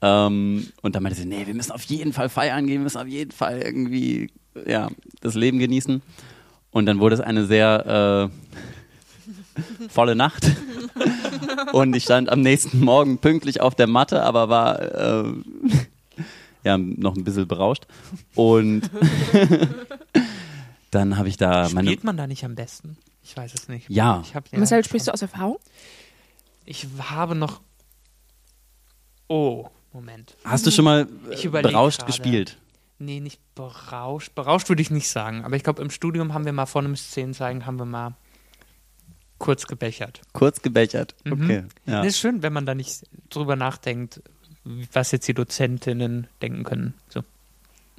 Speaker 3: ähm, und dann meinte sie, nee, wir müssen auf jeden Fall feiern gehen, wir müssen auf jeden Fall irgendwie, ja, das Leben genießen. Und dann wurde es eine sehr äh, <laughs> volle Nacht. und ich stand am nächsten Morgen pünktlich auf der Matte, aber war äh, <laughs> ja noch ein bisschen berauscht. Und <laughs> dann habe ich da meine.
Speaker 2: Spielt man da nicht am besten? Ich weiß es nicht.
Speaker 3: Ja.
Speaker 2: Ich, hab, ja,
Speaker 1: Marcel, sprichst du aus Erfahrung?
Speaker 2: ich habe noch. Oh, Moment.
Speaker 3: Hast du schon mal
Speaker 2: Ich
Speaker 3: äh,
Speaker 2: überleg
Speaker 3: berauscht
Speaker 2: gerade.
Speaker 3: gespielt?
Speaker 2: Nee, nicht berauscht. Berauscht würde ich nicht sagen. Aber ich glaube, im Studium haben wir mal vor einem Szenenzeigen, haben wir mal kurz gebechert.
Speaker 3: Kurz gebechert. Okay. Ja.
Speaker 2: Mhm. Das ist schön, wenn man da nicht drüber nachdenkt, was jetzt die Dozentinnen denken können. So.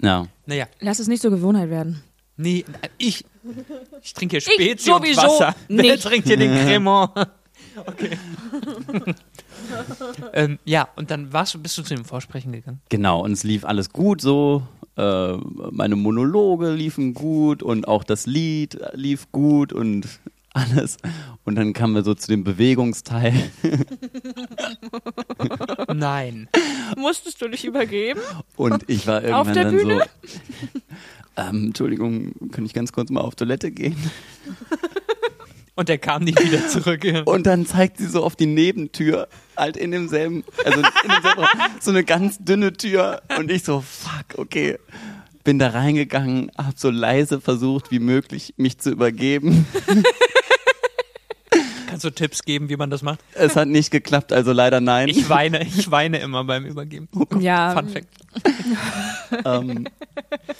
Speaker 3: ja.
Speaker 2: Naja,
Speaker 1: Lass es nicht zur Gewohnheit werden.
Speaker 2: nee, ich, ich trinke hier Spezi und
Speaker 1: sowieso
Speaker 2: Wasser. <laughs> Wer
Speaker 1: nicht.
Speaker 2: trinkt hier den Cremant? Okay.
Speaker 3: <laughs>
Speaker 2: <laughs> ähm, ja, und dann warst du, bist du zu dem Vorsprechen gegangen.
Speaker 1: <laughs>
Speaker 3: Genau, und es lief alles gut so. Äh, meine Monologe liefen gut und auch das Lied lief gut und <laughs> alles. Und dann kamen wir so zu dem Bewegungsteil. <laughs>
Speaker 2: Nein.
Speaker 1: Musstest du dich übergeben?
Speaker 3: Und ich war irgendwann
Speaker 1: Auf der
Speaker 3: dann
Speaker 1: Bühne?
Speaker 3: so. <laughs> Ähm, Entschuldigung, kann ich ganz kurz mal auf Toilette gehen?
Speaker 2: Und er kam nicht wieder zurück.
Speaker 3: Und dann zeigt sie so auf die Nebentür, halt in demselben, also in demselben Raum, so eine ganz dünne Tür. Und ich so, fuck, okay. Bin da reingegangen, hab so leise versucht wie möglich, mich zu übergeben.
Speaker 2: Kannst Kannst du Tipps geben, wie man das macht?
Speaker 3: Es hat nicht geklappt, also leider nein.
Speaker 2: Ich
Speaker 3: <laughs>
Speaker 2: weine, ich weine immer beim Übergeben.
Speaker 1: <laughs>
Speaker 3: Um.
Speaker 1: Ja.
Speaker 2: Fun Fact.
Speaker 3: ähm,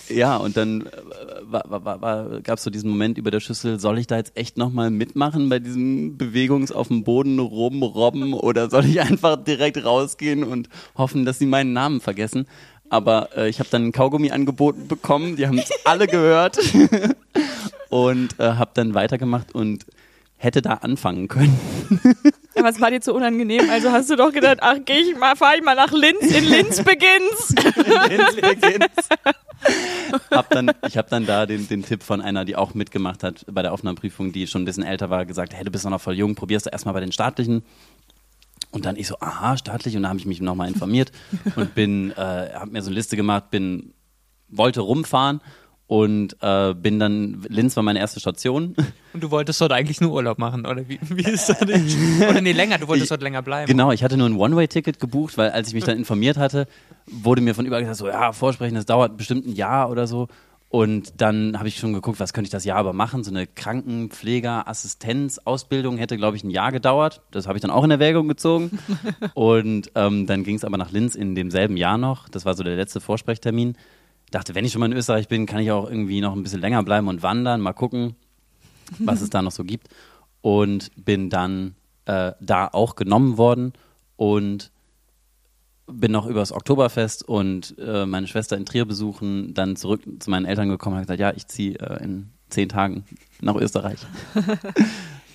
Speaker 3: ja, und dann äh, gab es so diesen Moment über der Schüssel, soll ich da jetzt echt nochmal mitmachen bei diesem Bewegungs auf dem Boden rumrobben oder soll ich einfach direkt rausgehen und hoffen, dass sie meinen Namen vergessen? Aber äh, ich habe dann ein Kaugummi angeboten bekommen, die haben es alle gehört <laughs> und äh, habe dann weitergemacht und hätte da anfangen können.
Speaker 1: Aber es war dir zu unangenehm, also hast du doch gedacht, ach, geh ich mal, fahr ich mal nach Linz, in
Speaker 2: <laughs>
Speaker 1: Linz beginnt's.
Speaker 3: hab dann, ich habe dann da den, den Tipp von einer, die auch mitgemacht hat bei der Aufnahmeprüfung, die schon ein bisschen älter war, gesagt, hey, du bist doch noch voll jung, probierst du erstmal bei den staatlichen. Und dann ich so, aha, staatlich. Und dann habe ich mich nochmal informiert und bin, äh, habe mir so eine Liste gemacht, bin, wollte rumfahren und äh, bin dann, Linz war meine erste Station.
Speaker 2: Und du wolltest dort eigentlich nur Urlaub machen, oder wie, wie ist das denn?
Speaker 3: <laughs>
Speaker 2: Oder nee, länger, du wolltest
Speaker 3: Ich-
Speaker 2: dort länger bleiben.
Speaker 3: Genau, ich hatte nur ein One-Way-Ticket gebucht, weil als ich mich dann informiert hatte, wurde mir von überall gesagt, so ja, Vorsprechen, das dauert bestimmt ein Jahr oder so. Und dann habe ich schon geguckt, was könnte ich das Jahr aber machen. So eine Krankenpflegerassistenz-Ausbildung hätte, glaube ich, ein Jahr gedauert. Das habe ich dann auch in Erwägung gezogen. Und ähm, dann ging es aber nach Linz in demselben Jahr noch. Das war so der letzte Vorsprechtermin. Dachte, wenn ich schon mal in Österreich bin, kann ich auch irgendwie noch ein bisschen länger bleiben und wandern, mal gucken was es da noch so gibt. Und bin dann äh, da auch genommen worden und bin noch übers Oktoberfest und äh, meine Schwester in Trier besuchen, dann zurück zu meinen Eltern gekommen und habe gesagt, ja, ich ziehe äh, in zehn Tagen nach Österreich.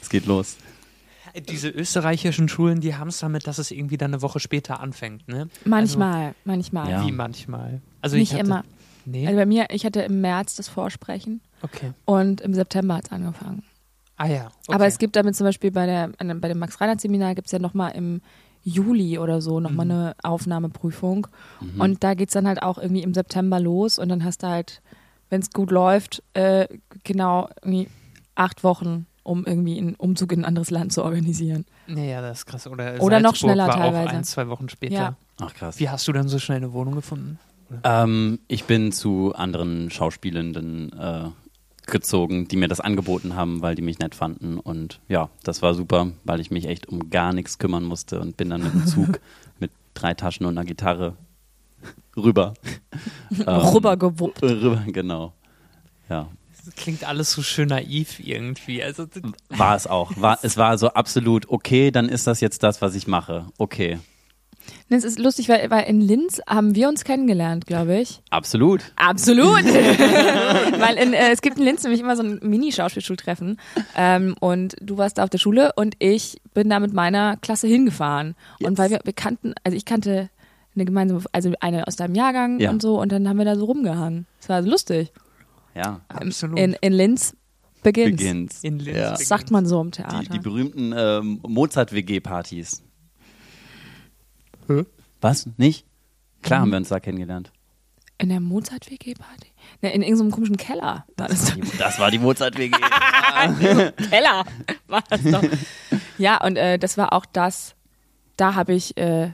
Speaker 3: es geht los.
Speaker 2: Diese österreichischen Schulen, die haben es damit, dass es irgendwie dann eine Woche später anfängt, ne?
Speaker 1: Manchmal, manchmal.
Speaker 3: Ja.
Speaker 2: Also, wie manchmal. Also ich
Speaker 1: Nicht
Speaker 2: hatte,
Speaker 1: immer. Also
Speaker 2: Nee,
Speaker 1: bei mir, ich hatte im März das Vorsprechen
Speaker 2: okay.
Speaker 1: und im September hat's angefangen.
Speaker 2: Ah ja. Okay.
Speaker 1: Aber es gibt damit zum Beispiel bei, der, an dem- bei dem Max-Reinhardt-Seminar gibt's ja nochmal im Juli oder so nochmal mal eine Aufnahmeprüfung. Und da geht's dann halt auch irgendwie im September los und dann hast du halt, wenn's gut läuft, äh, genau irgendwie acht Wochen, um irgendwie einen Umzug in ein anderes Land zu organisieren.
Speaker 2: Naja, das ist krass. Oder,
Speaker 1: Oder noch
Speaker 2: Salzburg
Speaker 1: schneller
Speaker 2: war Auch
Speaker 1: teilweise.
Speaker 2: ein, zwei Wochen später.
Speaker 1: Ja.
Speaker 3: Ach krass.
Speaker 2: Wie hast du dann so schnell eine Wohnung gefunden?
Speaker 3: Ähm, ich bin zu anderen Schauspielenden äh, gezogen, die mir das angeboten haben, weil die mich nett fanden. Und ja, das war super, weil ich mich echt um gar nichts kümmern musste und bin dann mit dem Zug mit drei Taschen und einer Gitarre rüber. Ähm,
Speaker 1: Rübergewuppt.
Speaker 3: Rüber, genau. Ja,
Speaker 2: Das klingt alles so schön naiv irgendwie. Also d-
Speaker 3: war es auch. War, es war so absolut okay, dann ist das jetzt das, was ich mache. Okay,
Speaker 1: Es ist lustig, weil, weil in Linz haben wir uns kennengelernt, glaube ich.
Speaker 3: absolut.
Speaker 1: Absolut. <laughs> Weil in, äh, es gibt in Linz nämlich immer so ein Mini-Schauspielschultreffen. Ähm, und du warst da auf der Schule und ich bin da mit meiner Klasse hingefahren. Und weil wir, wir kannten, also ich kannte eine gemeinsame, also eine aus deinem Jahrgang
Speaker 3: Ja.
Speaker 1: und so und dann haben wir da so rumgehangen. Es war so lustig.
Speaker 3: Ja,
Speaker 2: absolut.
Speaker 1: In, in Linz beginnt's.
Speaker 3: beginnt's.
Speaker 2: In Linz
Speaker 3: Ja.
Speaker 1: Das sagt man so im Theater.
Speaker 3: Die, die berühmten ähm, Mozart-WG-Partys.
Speaker 2: Hä?
Speaker 3: Was? Nicht? Klar haben wir uns da kennengelernt.
Speaker 1: in der Mozart-WG-Party? Ne, in irgendeinem komischen Keller. War das doch.
Speaker 3: Das war die Mozart-WG.
Speaker 1: Keller <laughs> war das doch. ja, und äh, das war auch das, da habe ich äh,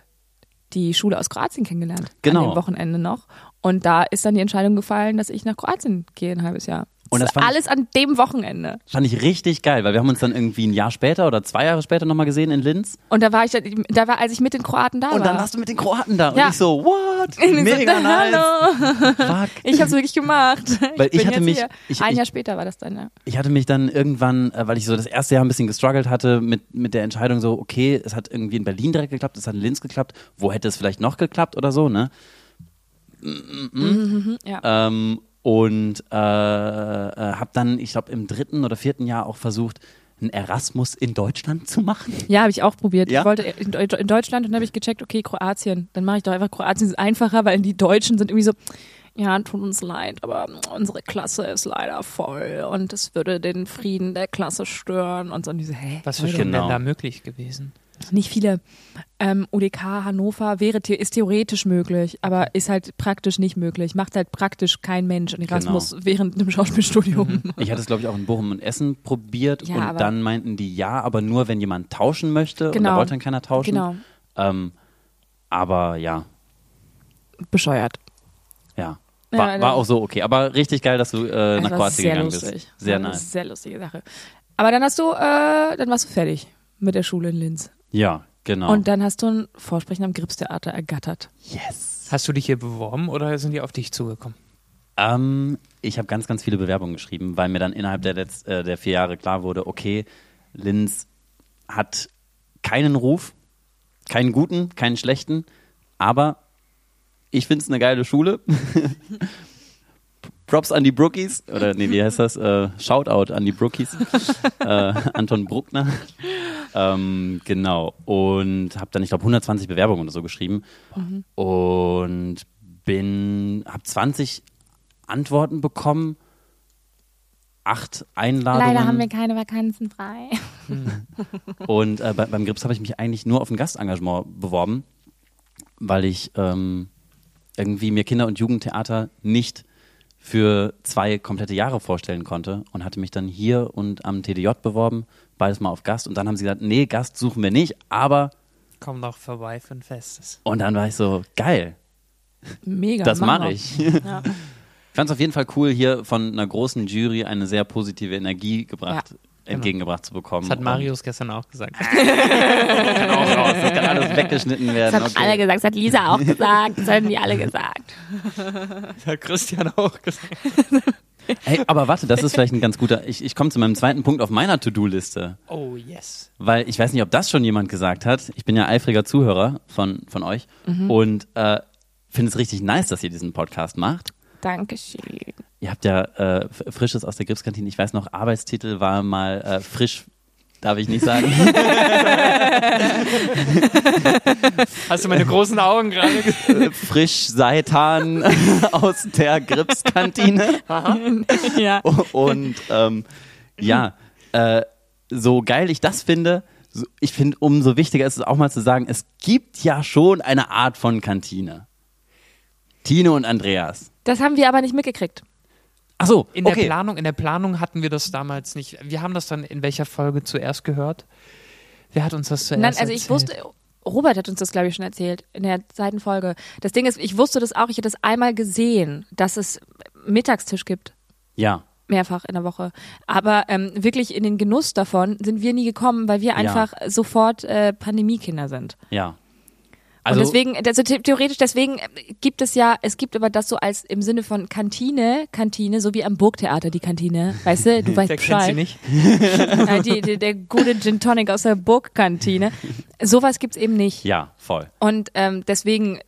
Speaker 1: die Schule aus Kroatien kennengelernt.
Speaker 3: Genau.
Speaker 1: An dem Wochenende noch. Und da ist dann die Entscheidung gefallen, dass ich nach Kroatien gehe ein halbes Jahr.
Speaker 3: Und das
Speaker 1: ist
Speaker 3: fand ich-
Speaker 1: alles an dem Wochenende.
Speaker 3: <laughs> Fand ich richtig geil, weil wir haben uns dann irgendwie ein Jahr später oder zwei Jahre später nochmal gesehen in Linz.
Speaker 1: Und da war ich, dann- da war, als ich mit den Kroaten da war.
Speaker 3: Und dann warst du mit den Kroaten da.
Speaker 1: Ja.
Speaker 3: Und ich so, what?
Speaker 1: <laughs> Ich so,
Speaker 3: Mega nice.
Speaker 1: Hallo.
Speaker 3: Fuck.
Speaker 1: Ich habe es wirklich gemacht.
Speaker 3: Weil ich
Speaker 1: bin
Speaker 3: hatte
Speaker 1: jetzt
Speaker 3: mich-
Speaker 1: hier.
Speaker 3: ich-
Speaker 1: ein
Speaker 3: ich-
Speaker 1: Jahr später war das dann. Ja.
Speaker 3: Ich hatte mich dann irgendwann, äh, weil ich so das erste Jahr ein bisschen gestruggelt hatte mit, mit der Entscheidung so, okay, es hat irgendwie in Berlin direkt geklappt, es hat in Linz geklappt, wo hätte es vielleicht noch geklappt oder so, ne?
Speaker 1: Mhm, ja.
Speaker 3: Ähm, und äh, äh, habe dann, ich glaube, im dritten oder vierten Jahr auch versucht, einen Erasmus in Deutschland zu machen.
Speaker 1: Ja, habe ich auch probiert.
Speaker 3: Ja?
Speaker 1: Ich wollte in, Deu- in Deutschland und habe ich gecheckt, okay, Kroatien. Dann mache ich doch einfach Kroatien, ist einfacher, weil die Deutschen sind irgendwie so, ja, tut uns leid, aber unsere Klasse ist leider voll und es würde den Frieden der Klasse stören und so. Und diese, hä?
Speaker 2: Was für
Speaker 1: Leute,
Speaker 2: Stunden
Speaker 3: Genau.
Speaker 2: denn da möglich gewesen?
Speaker 1: Nicht viele. Ähm, UDK Hannover wäre, the- ist theoretisch möglich, aber ist halt praktisch nicht möglich. Macht halt praktisch kein Mensch. Und Erasmus während einem Schauspielstudium. <laughs>
Speaker 3: Ich hatte es, glaube ich, auch in Bochum und Essen probiert
Speaker 1: Ja,
Speaker 3: und
Speaker 1: aber-
Speaker 3: dann meinten die ja, aber nur, wenn jemand tauschen möchte. Und da
Speaker 1: Genau.
Speaker 3: wollte dann keiner tauschen.
Speaker 1: Genau.
Speaker 3: Ähm, aber ja,
Speaker 1: Bescheuert.
Speaker 3: ja.
Speaker 1: Ja,
Speaker 3: War,
Speaker 1: dann-
Speaker 3: war auch so okay. Aber richtig geil, dass du äh,
Speaker 1: Das war
Speaker 3: nach Kroatien
Speaker 1: sehr
Speaker 3: gegangen
Speaker 1: lustig.
Speaker 3: bist. Sehr
Speaker 1: Das war eine
Speaker 3: nice.
Speaker 1: Sehr lustige Sache. Aber dann hast du, äh, dann warst du fertig. mit der Schule in Linz.
Speaker 3: Ja, genau.
Speaker 1: Und dann hast du ein Vorsprechen am Gripstheater ergattert.
Speaker 3: yes.
Speaker 2: Hast du dich hier beworben oder sind die auf dich zugekommen?
Speaker 3: Ähm, ich habe ganz, ganz viele Bewerbungen geschrieben, weil mir dann innerhalb der, Letz-, äh, der vier Jahre klar wurde, okay, Linz hat keinen Ruf, keinen guten, keinen schlechten, aber ich finde es eine geile Schule. <laughs> Props an die Brookies, oder nee, wie heißt das? Äh, Shoutout an die Brookies. äh, Anton Bruckner. Ähm, genau. Und habe dann, ich glaube, 120 Bewerbungen oder so geschrieben. Und bin, habe 20 Antworten bekommen, acht Einladungen.
Speaker 1: keine Vakanzen frei.
Speaker 3: Und äh, bei, beim Grips habe ich mich eigentlich nur auf ein Gastengagement beworben, weil ich ähm, irgendwie mir Kinder- und Jugendtheater nicht für zwei komplette Jahre vorstellen konnte und hatte mich dann hier und am TDJ beworben, beides mal auf Gast. Und dann haben sie gesagt, nee, Gast suchen wir nicht, aber...
Speaker 2: Komm doch vorbei für ein Festes.
Speaker 3: Und dann war ich so, geil,
Speaker 1: Mega.
Speaker 3: das
Speaker 1: mach
Speaker 3: mache
Speaker 1: mal.
Speaker 4: <laughs>
Speaker 3: ich. Ich fand es auf jeden Fall cool, hier von einer großen Jury eine sehr positive Energie gebracht, entgegengebracht zu bekommen.
Speaker 2: Das hat
Speaker 3: Und-
Speaker 2: Marius gestern auch
Speaker 1: <laughs>
Speaker 2: gesagt.
Speaker 3: kann <laughs> auch raus, das kann alles weggeschnitten werden.
Speaker 4: Das haben alle gesagt, das hat Lisa auch gesagt, das haben die alle gesagt.
Speaker 2: Das hat Christian auch gesagt.
Speaker 3: Hey, aber warte, das ist vielleicht ein ganz guter. Ich, ich komme zu meinem zweiten Punkt auf meiner To-Do-Liste,
Speaker 2: Oh, yes.
Speaker 3: weil ich weiß nicht, ob das schon jemand gesagt hat. Ich bin ja eifriger Zuhörer von, von euch und äh, finde es richtig nice, dass ihr diesen Podcast macht.
Speaker 4: Dankeschön.
Speaker 3: Ihr habt ja äh, F- Frisches aus der Gripskantine. Ich weiß noch, Arbeitstitel war mal äh, frisch. Darf ich nicht sagen.
Speaker 2: Hast du meine großen Augen gerade gesehen?
Speaker 3: frisch Seitan <laughs> aus der Gripskantine.
Speaker 1: <laughs> Ja.
Speaker 3: <laughs> Und ähm, ja, äh, so geil ich das finde, so, ich finde, umso wichtiger ist es auch mal zu sagen, es gibt ja schon eine Art von Kantine. Tine und Andreas.
Speaker 1: Das haben wir aber nicht mitgekriegt.
Speaker 3: Ach so,
Speaker 2: In der
Speaker 3: okay.
Speaker 2: Planung, in der Planung hatten wir das damals nicht. Wir haben das dann in welcher Folge zuerst gehört? Wer hat uns das zuerst
Speaker 1: Nein, also ich
Speaker 2: erzählt?
Speaker 1: wusste, Robert hat uns das, glaube ich, schon erzählt in der zweiten Folge. Das Ding ist, ich wusste das auch, ich hätte das einmal gesehen, dass es Mittagstisch gibt.
Speaker 3: ja,
Speaker 1: Mehrfach in der Woche. Aber ähm, wirklich in den Genuss davon sind wir nie gekommen, weil wir einfach sofort äh, Pandemiekinder sind.
Speaker 3: ja.
Speaker 1: und deswegen, also the theoretisch, deswegen äh, gibt es ja, es gibt aber das so als im Sinne von Kantine, Kantine, so wie am Burgtheater die Kantine. Weißt du, du weißt
Speaker 2: Wer kennt sie
Speaker 1: Bescheid.
Speaker 2: nicht?
Speaker 1: Äh, die, die, der gute Gin Tonic aus der Burgkantine. Sowas gibt's eben nicht.
Speaker 3: ja, voll.
Speaker 1: Und ähm, deswegen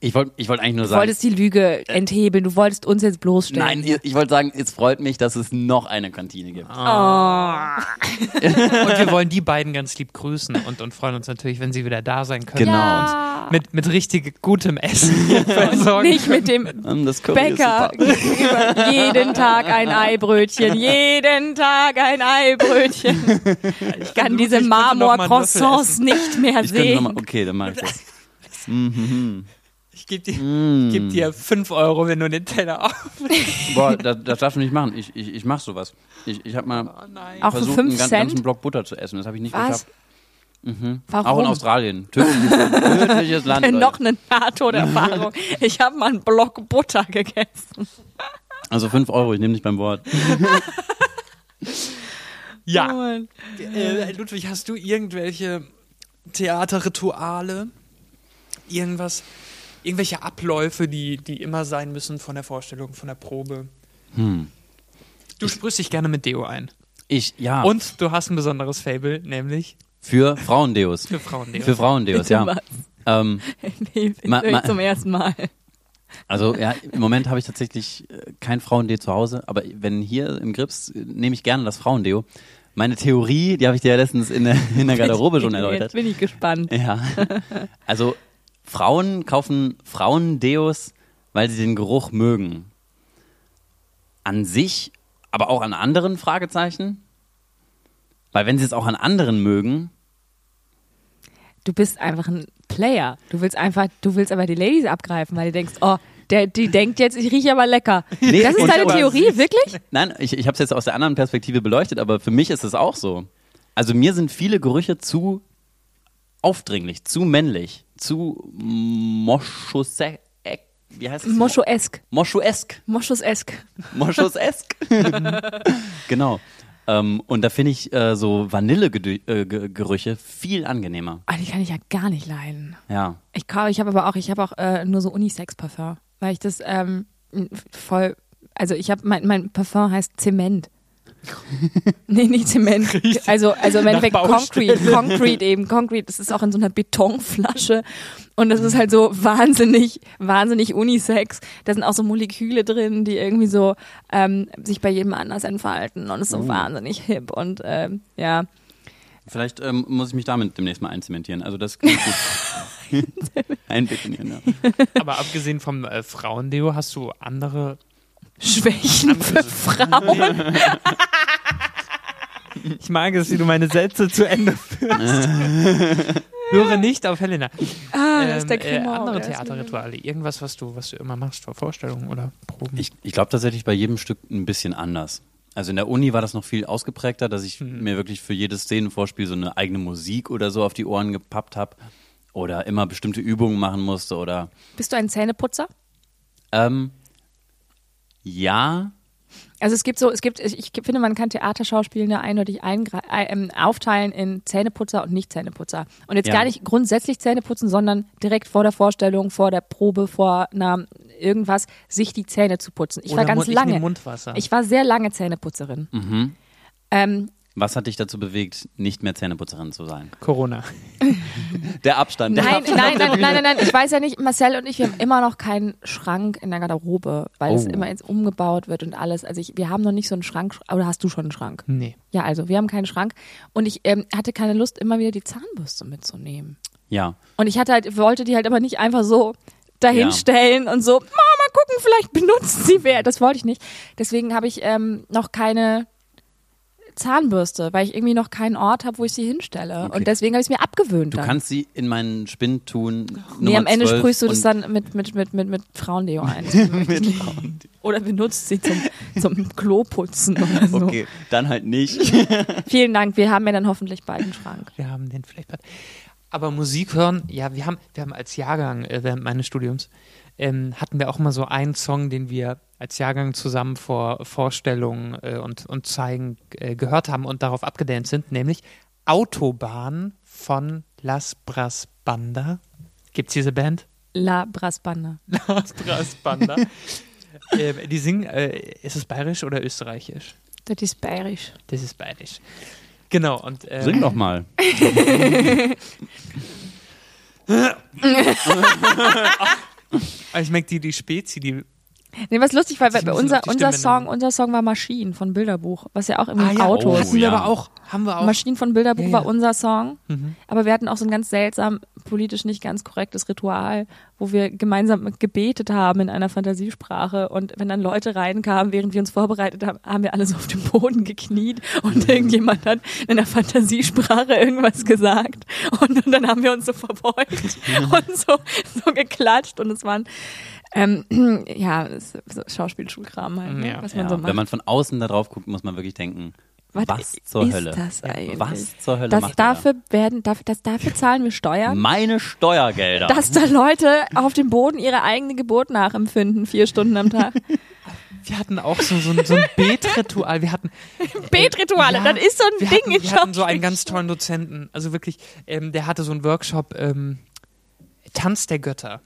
Speaker 3: Ich wollte ich wollt eigentlich nur
Speaker 1: Du
Speaker 3: sagen.
Speaker 1: wolltest die Lüge enthebeln, du wolltest uns jetzt bloßstellen.
Speaker 3: Nein,
Speaker 1: <laughs>
Speaker 3: ich, ich wollte sagen, es freut mich, dass es noch eine Kantine
Speaker 2: <laughs>
Speaker 3: gibt.
Speaker 1: Ah.
Speaker 2: Und wir wollen die beiden ganz lieb grüßen und, und freuen uns natürlich, wenn sie wieder da sein können.
Speaker 3: Genau.
Speaker 2: Und mit, mit richtig gutem Essen <laughs> versorgen.
Speaker 1: Nicht mit dem
Speaker 3: Ähm, Das Curry ist
Speaker 1: Bäcker.
Speaker 3: super.
Speaker 1: jeden Tag ein Eibrötchen, jeden Tag ein Eibrötchen. Ich kann diese
Speaker 2: könnte noch mal einen
Speaker 1: Marmor-Croissants nicht mehr
Speaker 3: Ich könnte
Speaker 1: sehen.
Speaker 3: nochmal, okay, dann mach ich das.
Speaker 2: Ich gebe dir, geb dir 5 Euro, wenn du den Teller auf.
Speaker 3: Boah, das, das darfst du nicht machen. Ich, ich, ich mach sowas. Ich, ich habe mal
Speaker 2: Nein.
Speaker 1: Auch für
Speaker 3: versucht,
Speaker 1: 5
Speaker 3: einen ganz,
Speaker 1: Cent?
Speaker 3: ganzen Block Butter zu essen. Das habe ich nicht
Speaker 1: Was?
Speaker 3: geschafft. Mhm. Auch in
Speaker 1: Warum?
Speaker 3: Australien.
Speaker 1: <laughs>
Speaker 3: Tödliches, tödliches Land.
Speaker 1: Denn
Speaker 3: Leute.
Speaker 1: noch eine NATO-Erfahrung. Ich habe mal einen Block Butter gegessen.
Speaker 3: Also 5 Euro, ich nehme dich beim Wort.
Speaker 2: Ja. Äh, Ludwig, hast du irgendwelche Theaterrituale? Irgendwas? Irgendwelche Abläufe, die, die immer sein müssen von der Vorstellung, von der Probe? Du sprühst dich gerne mit Deo ein.
Speaker 3: Ich, ja.
Speaker 2: Und du hast ein besonderes Fable, nämlich
Speaker 3: Für Frauendeos.
Speaker 2: für Frauendeo.
Speaker 3: Für
Speaker 1: <laughs>
Speaker 3: Frauendeos, ja.
Speaker 1: Was?
Speaker 3: Ähm,
Speaker 1: Nee,
Speaker 3: Ma-
Speaker 1: höre ich
Speaker 3: ma-
Speaker 1: zum ersten Mal.
Speaker 3: also ja, im Moment habe ich tatsächlich äh, kein Frauendeo zu Hause, aber wenn hier im Grips, äh, nehme ich gerne das Frauendeo. Meine Theorie, die habe ich dir ja letztens in der,
Speaker 1: <laughs>
Speaker 3: in der Garderobe schon erläutert.
Speaker 1: Jetzt bin ich gespannt.
Speaker 3: Ja. Also Frauen kaufen Frauendeos, weil sie den Geruch mögen. An sich, aber auch an anderen Fragezeichen. Weil wenn sie es auch an anderen mögen,
Speaker 1: du bist einfach ein Player. Du willst einfach, du willst aber die Ladies abgreifen, weil du denkst, oh, der, die denkt jetzt, ich rieche aber lecker.
Speaker 3: Nee,
Speaker 1: das ist
Speaker 3: und-
Speaker 1: deine
Speaker 3: aber-
Speaker 1: Theorie, wirklich?
Speaker 3: nein, ich, ich habe es jetzt aus der anderen Perspektive beleuchtet, aber für mich ist es auch so. Also mir sind viele Gerüche zu aufdringlich, zu männlich, zu moschusek, wie heißt es?
Speaker 1: Moschoesk.
Speaker 3: Moschuesk.
Speaker 1: Moschosesk.
Speaker 3: Moschusesk. <laughs> genau. Ähm, und da finde ich äh, so Vanillegerüche viel angenehmer.
Speaker 1: Ah, die kann ich ja gar nicht leiden.
Speaker 3: Ja.
Speaker 1: Ich kaufe, ich habe aber auch, ich habe auch äh, nur so Unisex-Parfum, weil ich das ähm, voll, also ich habe, mein, mein Parfum heißt
Speaker 2: <laughs>
Speaker 1: Zement. nee, nicht Zement. Also, also im
Speaker 2: Nach
Speaker 1: Endeffekt
Speaker 2: Baustelle.
Speaker 1: Concrete, Concrete eben, Concrete. Das ist auch in so einer Betonflasche und das ist halt so wahnsinnig, wahnsinnig Unisex. Da sind auch so Moleküle drin, die irgendwie so ähm, sich bei jedem anders entfalten und ist
Speaker 2: Oh.
Speaker 1: so wahnsinnig hip und ähm, ja.
Speaker 3: Vielleicht ähm, muss ich mich damit demnächst mal einzementieren. Also das klingt gut. Einbetonieren, ja.
Speaker 2: Aber abgesehen vom äh, Frauendeo hast du andere.
Speaker 1: Schwächen für Frauen.
Speaker 2: Ich mag es, wie du meine Sätze zu Ende führst. Höre nicht auf Helena.
Speaker 1: Ah, das
Speaker 2: Ähm,
Speaker 1: ist der
Speaker 2: äh,
Speaker 1: Cremant,
Speaker 2: andere
Speaker 1: der ist
Speaker 2: Theaterrituale. Irgendwas, was du, was du immer machst vor Vorstellungen oder Proben.
Speaker 3: Ich, ich glaube tatsächlich bei jedem Stück ein bisschen anders. Also in der Uni war das noch viel ausgeprägter, dass ich mir wirklich für jedes Szenenvorspiel so eine eigene Musik oder so auf die Ohren gepappt habe oder immer bestimmte Übungen machen musste oder
Speaker 1: Bist du ein Zähneputzer?
Speaker 3: ähm, ja,
Speaker 1: Also es gibt so, es gibt, ich ich finde, man kann Theaterschauspielende eindeutig eingre- äh, ähm, aufteilen in Zähneputzer und Nicht-Zähneputzer. Und jetzt
Speaker 3: Ja.
Speaker 1: gar nicht grundsätzlich Zähneputzen, sondern direkt vor der Vorstellung, vor der Probe, vor einer irgendwas, sich die Zähne zu putzen. Ich war
Speaker 2: Oder
Speaker 1: ganz
Speaker 2: Mund- ich nehm
Speaker 1: lange.
Speaker 2: Mundwasser.
Speaker 1: Ich war sehr lange Zähneputzerin.
Speaker 3: Mhm.
Speaker 1: Ähm,
Speaker 3: was hat dich dazu bewegt, nicht mehr Zähneputzerin zu sein?
Speaker 2: Corona. <laughs>
Speaker 3: Der Abstand. <laughs> der
Speaker 1: nein,
Speaker 3: Abstand.
Speaker 1: nein, nein, nein, nein, nein, ich weiß ja nicht, Marcel und ich, wir haben immer noch keinen Schrank in der Garderobe, weil es
Speaker 3: Oh.
Speaker 1: immer jetzt umgebaut wird und alles. Also ich, wir haben noch nicht so einen Schrank, oder hast du schon einen Schrank?
Speaker 2: Nee.
Speaker 1: Ja, also wir haben keinen Schrank und ich ähm, hatte keine Lust, immer wieder die Zahnbürste mitzunehmen.
Speaker 3: Ja,
Speaker 1: Und ich hatte halt, wollte die halt aber nicht einfach so dahinstellen und so, Mama, gucken, vielleicht benutzt sie wer. Das wollte ich nicht. Deswegen habe ich ähm, noch keine Zahnbürste, weil ich irgendwie noch keinen Ort habe, wo ich sie hinstelle.
Speaker 3: Okay.
Speaker 1: Und deswegen habe ich es mir abgewöhnt.
Speaker 3: du
Speaker 1: dann.
Speaker 3: kannst sie in meinen Spind tun.
Speaker 1: Nee,
Speaker 3: Nummer
Speaker 1: am Ende
Speaker 3: 12
Speaker 1: sprühst du das
Speaker 3: und-
Speaker 1: dann mit, mit, mit, mit, mit Frauendeo ein. Das möchte
Speaker 3: <laughs>
Speaker 1: ich nicht. Oder benutzt sie zum, zum Kloputzen oder so.
Speaker 3: <laughs>
Speaker 1: Äh,
Speaker 3: Okay, dann halt nicht.
Speaker 1: <laughs> Vielen Dank, wir haben ja dann hoffentlich bald einen Schrank.
Speaker 2: Wir haben den vielleicht bald. Aber Musik hören, ja, wir haben, wir haben als Jahrgang äh, während meines Studiums, ähm, hatten wir auch mal so einen Song, den wir als Jahrgang zusammen vor Vorstellungen äh, und, und Zeigen äh, gehört haben und darauf abgedanced sind, nämlich Autobahn von Las Bras Banda. Gibt's diese Band?
Speaker 1: La Brasbanda.
Speaker 2: Las Bras Banda. <laughs> ähm, die singen, äh, ist es bayerisch oder österreichisch?
Speaker 1: Das ist bayerisch.
Speaker 2: Das ist bayerisch. Genau, und ähm,
Speaker 3: Sing doch mal.
Speaker 2: also ich merke, die, die Spezi, die
Speaker 1: Nee, was lustig war, weil
Speaker 2: Ich
Speaker 1: bei
Speaker 2: muss
Speaker 1: unser,
Speaker 2: auf die
Speaker 1: unser
Speaker 2: Stimme
Speaker 1: Song,
Speaker 2: nehmen.
Speaker 1: unser Song war Maschinen von Bilderbuch, was ja auch irgendwie
Speaker 2: Ah, ja.
Speaker 1: Autos.
Speaker 2: Hatten wir
Speaker 3: ja.
Speaker 2: aber auch. Haben wir auch.
Speaker 1: Maschinen von Bilderbuch
Speaker 2: Ja, ja.
Speaker 1: war unser Song,
Speaker 3: Mhm.
Speaker 1: aber wir hatten auch so ein ganz seltsam, politisch nicht ganz korrektes Ritual, wo wir gemeinsam gebetet haben in einer Fantasiesprache und wenn dann Leute reinkamen, während wir uns vorbereitet haben, haben wir alle so auf dem Boden gekniet
Speaker 3: Mhm.
Speaker 1: und irgendjemand hat in der Fantasiesprache irgendwas gesagt und, dann haben wir uns so
Speaker 3: <laughs>
Speaker 1: verbeugt und so, so geklatscht und es waren ähm, <clears throat> ja, es ist so Schauspielschulkram halt, ne?
Speaker 2: Ja.
Speaker 1: was man
Speaker 3: Ja,
Speaker 1: so macht.
Speaker 3: wenn man von außen da drauf guckt, muss man wirklich denken,
Speaker 1: Was
Speaker 3: was zur
Speaker 1: ist
Speaker 3: Hölle?
Speaker 1: das eigentlich?
Speaker 3: Was zur Hölle
Speaker 1: das
Speaker 3: macht ihr da?
Speaker 1: dafür werden, dafür, das, dafür zahlen wir Steuern,
Speaker 3: Meine Steuergelder.
Speaker 1: dass da Leute auf dem Boden ihre eigene Geburt nachempfinden, vier Stunden am
Speaker 2: <laughs>
Speaker 1: Tag.
Speaker 2: Äh, Wir hatten auch so, so, ein-
Speaker 1: <laughs>
Speaker 2: so ein Betritual. Wir hatten
Speaker 1: Betrituale,
Speaker 2: Ja,
Speaker 1: das ist so ein
Speaker 2: wir
Speaker 1: Ding
Speaker 2: hatten,
Speaker 1: in
Speaker 2: Wir hatten so einen
Speaker 1: Schauspiel-
Speaker 2: ganz tollen Dozenten. Also wirklich, ähm, der hatte so einen Workshop ähm, Tanz der Götter.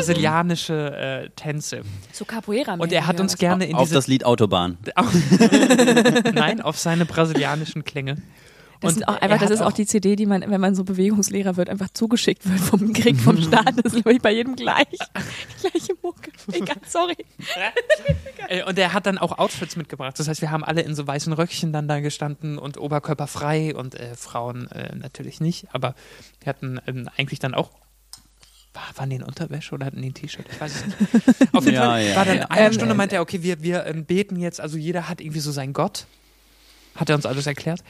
Speaker 2: Brasilianische äh, Tänze.
Speaker 1: So Capoeira.
Speaker 2: Und er hat uns gerne in
Speaker 3: auf
Speaker 2: diese.
Speaker 3: das Lied Autobahn.
Speaker 2: <laughs> nein, auf seine brasilianischen Klänge.
Speaker 1: Das,
Speaker 2: Und
Speaker 1: sind auch
Speaker 2: er
Speaker 1: einfach, das
Speaker 2: hat
Speaker 1: ist auch die CD, die man, wenn man so Bewegungslehrer wird, einfach zugeschickt wird vom
Speaker 2: <laughs>
Speaker 1: Krieg, vom Staat. Das ist, glaube ich, bei jedem gleich. <laughs> Gleiche Mucke. Egal, sorry.
Speaker 2: Äh, Und er hat dann auch Outfits mitgebracht. Das heißt, wir haben alle in so weißen Röckchen dann da gestanden und oberkörperfrei und äh, Frauen äh, natürlich nicht. Aber wir hatten ähm, eigentlich dann auch. War, waren die in Unterwäsche oder hatten die ein T-Shirt? Ich weiß es
Speaker 3: <laughs>
Speaker 2: nicht. Auf jeden
Speaker 3: Ja,
Speaker 2: Fall
Speaker 3: ja,
Speaker 2: war dann
Speaker 3: ja. Ähm,
Speaker 2: eine Stunde, meinte er, okay, wir, wir ähm, beten jetzt. Also jeder hat irgendwie so seinen Gott. Hat er uns alles erklärt.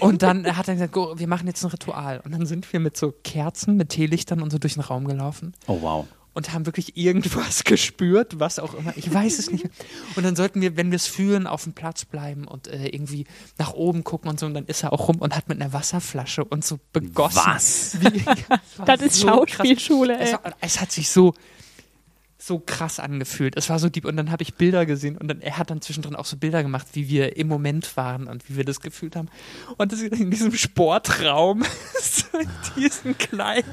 Speaker 2: Und dann hat er gesagt, go, wir machen jetzt ein Ritual. Und dann sind wir mit so Kerzen, mit Teelichtern und so durch den Raum gelaufen
Speaker 3: Oh wow.
Speaker 2: und haben wirklich irgendwas <laughs> gespürt, was auch immer. Ich weiß es nicht. mehr. Und dann sollten wir, wenn wir es fühlen, auf dem Platz bleiben und äh, irgendwie nach oben gucken und so. Und dann ist er auch rum und hat mit einer Wasserflasche und so begossen.
Speaker 3: Was?
Speaker 2: <laughs> Wie, war
Speaker 1: Das ist
Speaker 2: krass.
Speaker 1: Schauspielschule,
Speaker 2: Es,
Speaker 1: ey.
Speaker 2: war, es hat sich so so krass angefühlt. Es war so deep. Und dann habe ich Bilder gesehen und dann, er hat dann zwischendrin auch so Bilder gemacht, wie wir im Moment waren und wie wir das gefühlt haben. Und das in diesem Sportraum, <laughs> so in diesen Kleidern,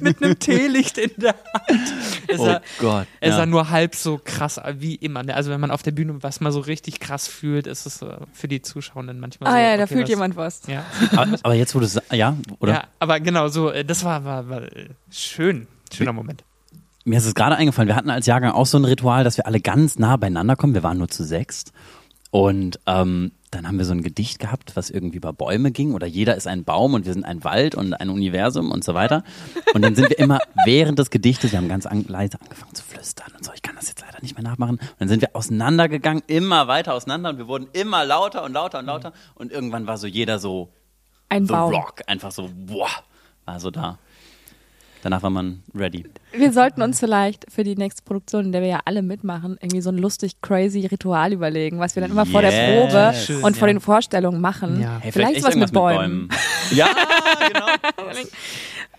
Speaker 2: mit einem Teelicht in der Hand. Es
Speaker 3: Oh
Speaker 2: sah-
Speaker 3: Gott.
Speaker 2: es
Speaker 3: ja.
Speaker 2: sah nur halb so krass a- wie immer. ne? Also wenn man auf der Bühne was mal so richtig krass fühlt, ist es äh, für die Zuschauenden manchmal
Speaker 1: Ah
Speaker 2: so.
Speaker 1: ja,
Speaker 2: Also,
Speaker 1: da
Speaker 2: okay,
Speaker 1: fühlt
Speaker 2: was-
Speaker 1: jemand was.
Speaker 2: Ja.
Speaker 3: aber, aber jetzt, wo du es sa- ja, oder?
Speaker 2: ja, aber genau so, äh, das war, war, war äh, schön. Schöner Moment.
Speaker 3: Mir ist es gerade eingefallen, wir hatten als Jahrgang auch so ein Ritual, dass wir alle ganz nah beieinander kommen. Wir waren nur zu sechst. Und ähm, dann haben wir so ein Gedicht gehabt, was irgendwie über Bäume ging. Oder jeder ist ein Baum und wir sind ein Wald und ein Universum und so weiter. Und dann sind
Speaker 1: <laughs>
Speaker 3: wir immer während des Gedichtes, wir haben ganz an, leise angefangen zu flüstern und so. Ich kann das jetzt leider nicht mehr nachmachen. Und dann sind wir auseinandergegangen, immer weiter auseinander. Und wir wurden immer lauter und lauter und lauter. Und irgendwann war so jeder so
Speaker 1: Mhm. Ein
Speaker 3: The
Speaker 1: Baum.
Speaker 3: Rock. Einfach so, boah, war so da. Danach war man ready.
Speaker 1: Wir sollten uns vielleicht für die nächste Produktion, in der wir ja alle mitmachen, irgendwie so ein lustig, crazy Ritual überlegen, was wir dann immer vor
Speaker 3: Yes.
Speaker 1: der Probe
Speaker 2: Schön,
Speaker 1: und vor
Speaker 2: ja.
Speaker 1: den Vorstellungen machen.
Speaker 2: Ja.
Speaker 3: Hey,
Speaker 1: vielleicht
Speaker 3: echt
Speaker 1: was mit
Speaker 3: irgendwas
Speaker 1: Bäumen. <laughs>
Speaker 3: Ja, genau.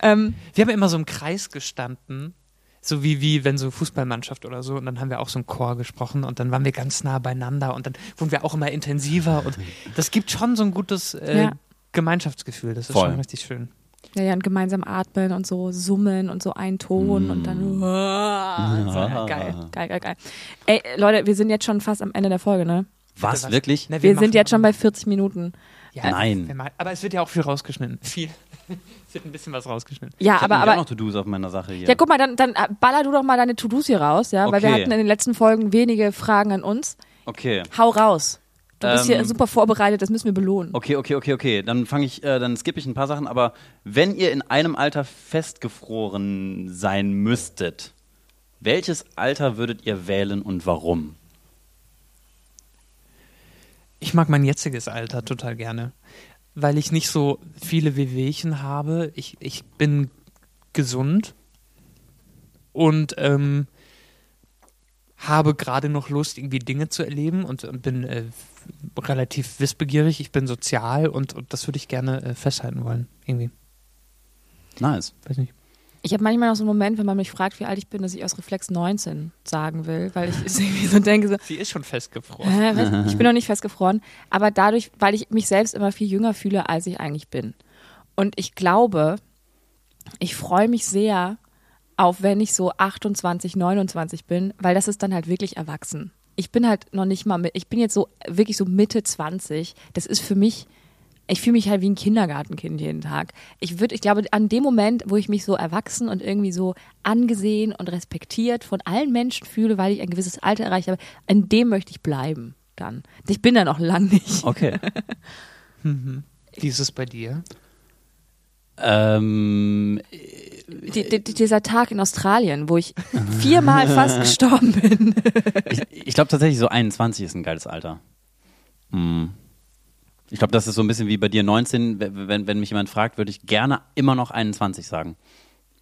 Speaker 1: Ähm,
Speaker 2: Wir haben immer so im Kreis gestanden, so wie, wie wenn so Fußballmannschaft oder so, und dann haben wir auch so einen Chor gesprochen und dann waren wir ganz nah beieinander und dann wurden wir auch immer intensiver und das gibt schon so ein gutes äh,
Speaker 1: Ja.
Speaker 2: Gemeinschaftsgefühl. Das ist
Speaker 3: Voll.
Speaker 2: schon richtig schön.
Speaker 1: ja, ja, und gemeinsam atmen und so summen und so einen Ton und
Speaker 3: Mm.
Speaker 1: dann. Ah, So, ja,
Speaker 3: Ah.
Speaker 1: geil, geil, geil, geil. Ey, Leute, wir sind jetzt schon fast am Ende der Folge, ne?
Speaker 3: Was,
Speaker 2: Was?
Speaker 3: wirklich?
Speaker 2: Na,
Speaker 1: Wir,
Speaker 2: machen-
Speaker 1: sind jetzt schon bei 40 Minuten.
Speaker 2: Ja,
Speaker 3: Nein.
Speaker 2: wir machen- Aber es wird ja auch viel rausgeschnitten. Viel. <laughs> es wird ein bisschen was rausgeschnitten.
Speaker 1: Ja,
Speaker 3: Ich hab
Speaker 1: aber,
Speaker 3: nämlich auch
Speaker 1: aber.
Speaker 3: noch To-Dos auf meiner Sache hier.
Speaker 1: Ja, guck mal, dann, dann äh, baller du doch mal deine To-Dos hier raus, ja? Weil wir
Speaker 3: Okay.
Speaker 1: hatten in den letzten Folgen wenige Fragen an uns.
Speaker 3: Okay.
Speaker 1: Hau raus. Du bist
Speaker 3: Ähm,
Speaker 1: hier super vorbereitet, das müssen wir belohnen.
Speaker 3: Okay, okay, okay, okay. Dann fange ich, äh, dann skippe ich ein paar Sachen. Aber wenn ihr in einem Alter festgefroren sein müsstet, welches Alter würdet ihr wählen und warum?
Speaker 2: Ich mag mein jetziges Alter total gerne, weil ich nicht so viele Wehwehchen habe. Ich, ich bin gesund und ähm, habe gerade noch Lust, irgendwie Dinge zu erleben und, und bin äh, relativ wissbegierig. Ich bin sozial und, und das würde ich gerne äh, festhalten wollen. Irgendwie.
Speaker 3: Nice.
Speaker 2: Weiß nicht.
Speaker 1: Ich habe manchmal noch so einen Moment, wenn man mich fragt, wie alt ich bin, dass ich aus Reflex 19 sagen will, weil ich <laughs> irgendwie so denke, so,
Speaker 2: Sie ist schon festgefroren.
Speaker 1: Hä, was? Ich bin noch nicht festgefroren, aber dadurch, weil ich mich selbst immer viel jünger fühle, als ich eigentlich bin. Und ich glaube, ich freue mich sehr auf, wenn ich so 28, 29 bin, weil das ist dann halt wirklich erwachsen. Ich bin halt noch nicht mal mit, ich bin jetzt so wirklich so Mitte 20. Das ist für mich, ich fühle mich halt wie ein Kindergartenkind jeden Tag. Ich würde, ich glaube, an dem Moment, wo ich mich so erwachsen und irgendwie so angesehen und respektiert von allen Menschen fühle, weil ich ein gewisses Alter erreicht habe, an dem möchte ich bleiben dann. Ich bin dann auch lang nicht. <laughs>
Speaker 3: Okay.
Speaker 2: Wie ist es bei dir?
Speaker 3: ähm,
Speaker 1: Die, die, dieser Tag in Australien, wo ich viermal fast gestorben bin.
Speaker 3: ich glaube tatsächlich so 21 ist ein geiles Alter. Hm. Ich glaube, das ist so ein bisschen wie bei dir 19. W- Wenn, wenn mich jemand fragt, würde ich gerne immer noch 21 sagen.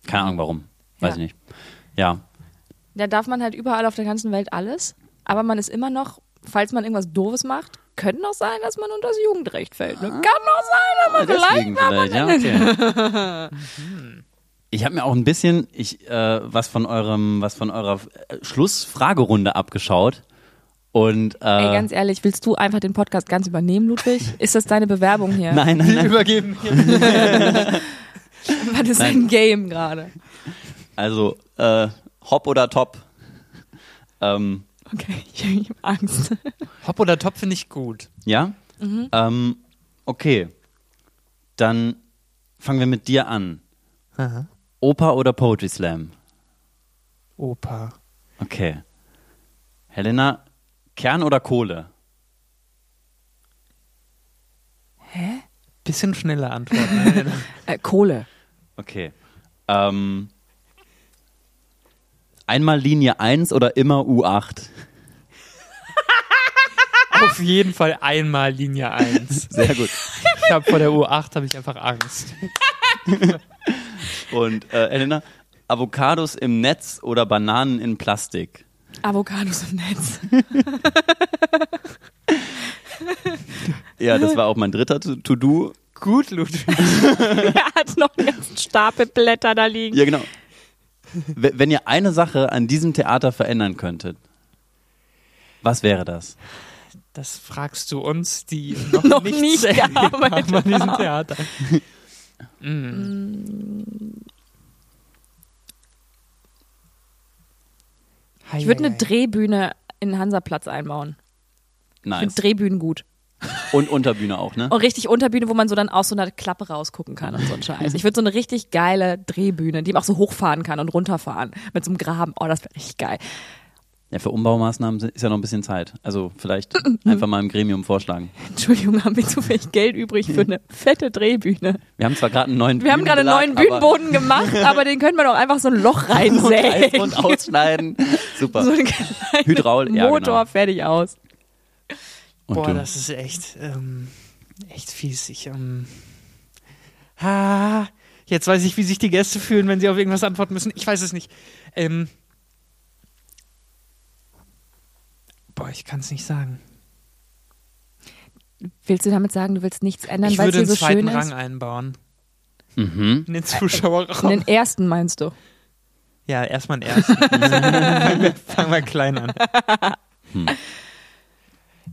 Speaker 3: Keine Ahnung warum. Weiß
Speaker 1: Ja.
Speaker 3: ich nicht. Ja,
Speaker 1: Da darf man halt überall auf der ganzen Welt alles, aber man ist immer noch, falls man irgendwas Doofes macht, könnte noch sein, dass man unter das Jugendrecht fällt. Ne? Kann noch sein, aber vielleicht.
Speaker 3: Deswegen vielleicht, ja, okay.
Speaker 1: <laughs>
Speaker 3: Ich habe mir auch ein bisschen ich, äh, was von eurem, was von eurer äh, Schlussfragerunde abgeschaut. Und äh,
Speaker 1: Ey, ganz ehrlich, willst du einfach den Podcast ganz übernehmen, Ludwig? Ist das deine Bewerbung <laughs> hier?
Speaker 3: nein, nein, nein.
Speaker 2: Übergeben.
Speaker 1: Was ist ein Game gerade?
Speaker 3: Also äh, hopp oder top. Ähm,
Speaker 1: Okay, <laughs> ich habe Angst.
Speaker 2: Hopp oder Top finde ich gut.
Speaker 3: ja?
Speaker 2: Mhm.
Speaker 3: Ähm, okay. Dann fangen wir mit dir an.
Speaker 2: Aha.
Speaker 3: Oper oder Poetry Slam?
Speaker 2: Opa.
Speaker 3: Okay. Helena, Kern oder Kohle?
Speaker 2: Bisschen schnelle Antwort. ne?
Speaker 1: Äh, Kohle.
Speaker 3: Okay. Ähm, einmal Linie 1 oder immer U8?
Speaker 2: <laughs> Auf jeden Fall einmal Linie 1.
Speaker 3: <laughs> Sehr gut.
Speaker 2: Ich habe vor der U8 habe ich einfach Angst.
Speaker 3: Und äh, Elena, Avocados im Netz oder Bananen in Plastik?
Speaker 1: Avocados im Netz.
Speaker 2: <laughs>
Speaker 3: Ja, das war auch mein dritter To- To-Do.
Speaker 2: Gut, Ludwig.
Speaker 1: Er hat noch einen ganzen Stapel Blätter da liegen.
Speaker 3: Ja, genau. w- wenn ihr eine Sache an diesem Theater verändern könntet, was wäre das?
Speaker 2: Das fragst du uns, die <laughs> noch,
Speaker 1: <laughs> Noch
Speaker 2: nichts
Speaker 1: nicht
Speaker 2: erlebt
Speaker 1: <laughs> gearbeitet
Speaker 2: haben an diesem Theater. mm.
Speaker 1: Ich würde eine
Speaker 2: Heieiei.
Speaker 1: Drehbühne in den Hansaplatz einbauen. Ich
Speaker 3: Nice.
Speaker 1: finde Drehbühnen gut.
Speaker 3: Und Unterbühne auch, ne?
Speaker 1: Und richtig Unterbühne, wo man so dann aus so einer Klappe rausgucken kann und so ein Scheiß. Ich würde so eine richtig geile Drehbühne, die man auch so hochfahren kann und runterfahren mit so einem Graben. Oh, das wäre richtig geil.
Speaker 3: Ja, für Umbaumaßnahmen sind- ist ja noch ein bisschen Zeit. Also
Speaker 2: <clears throat>
Speaker 3: vielleicht einfach mal im Gremium vorschlagen.
Speaker 1: Entschuldigung, haben wir zu wenig Geld übrig für eine fette Drehbühne.
Speaker 3: Wir haben zwar gerade einen neuen
Speaker 1: Wir haben gerade einen neuen
Speaker 3: Bühnenbelag,
Speaker 1: Bühnenboden gemacht, aber den können wir doch einfach so ein
Speaker 2: <laughs>
Speaker 1: Loch
Speaker 3: aber- Reißen
Speaker 1: reinsägen.
Speaker 3: Und ausschneiden. Super.
Speaker 1: So ein kleiner <laughs>
Speaker 3: Hydraul, ja,
Speaker 1: Motor,
Speaker 3: genau.
Speaker 1: fertig aus.
Speaker 3: Und
Speaker 2: Boah,
Speaker 3: du?
Speaker 2: das ist echt, ähm, echt fies. Ich, ähm, ha, jetzt weiß ich, wie sich die Gäste fühlen, wenn sie auf irgendwas antworten müssen. Ich weiß es nicht. Ähm, boah, ich kann es nicht sagen.
Speaker 1: Willst du damit sagen, du willst nichts ändern,
Speaker 2: ich
Speaker 1: weil es
Speaker 2: würde
Speaker 1: hier
Speaker 2: einen zweiten
Speaker 1: so schön ist?
Speaker 2: Rang
Speaker 1: Äh,
Speaker 2: einbauen.
Speaker 3: Mhm.
Speaker 2: In den Zuschauerraum.
Speaker 1: Den ersten meinst du?
Speaker 2: <laughs> ja, erstmal einen ersten. <laughs> fangen, wir, fangen wir klein an.
Speaker 3: Hm.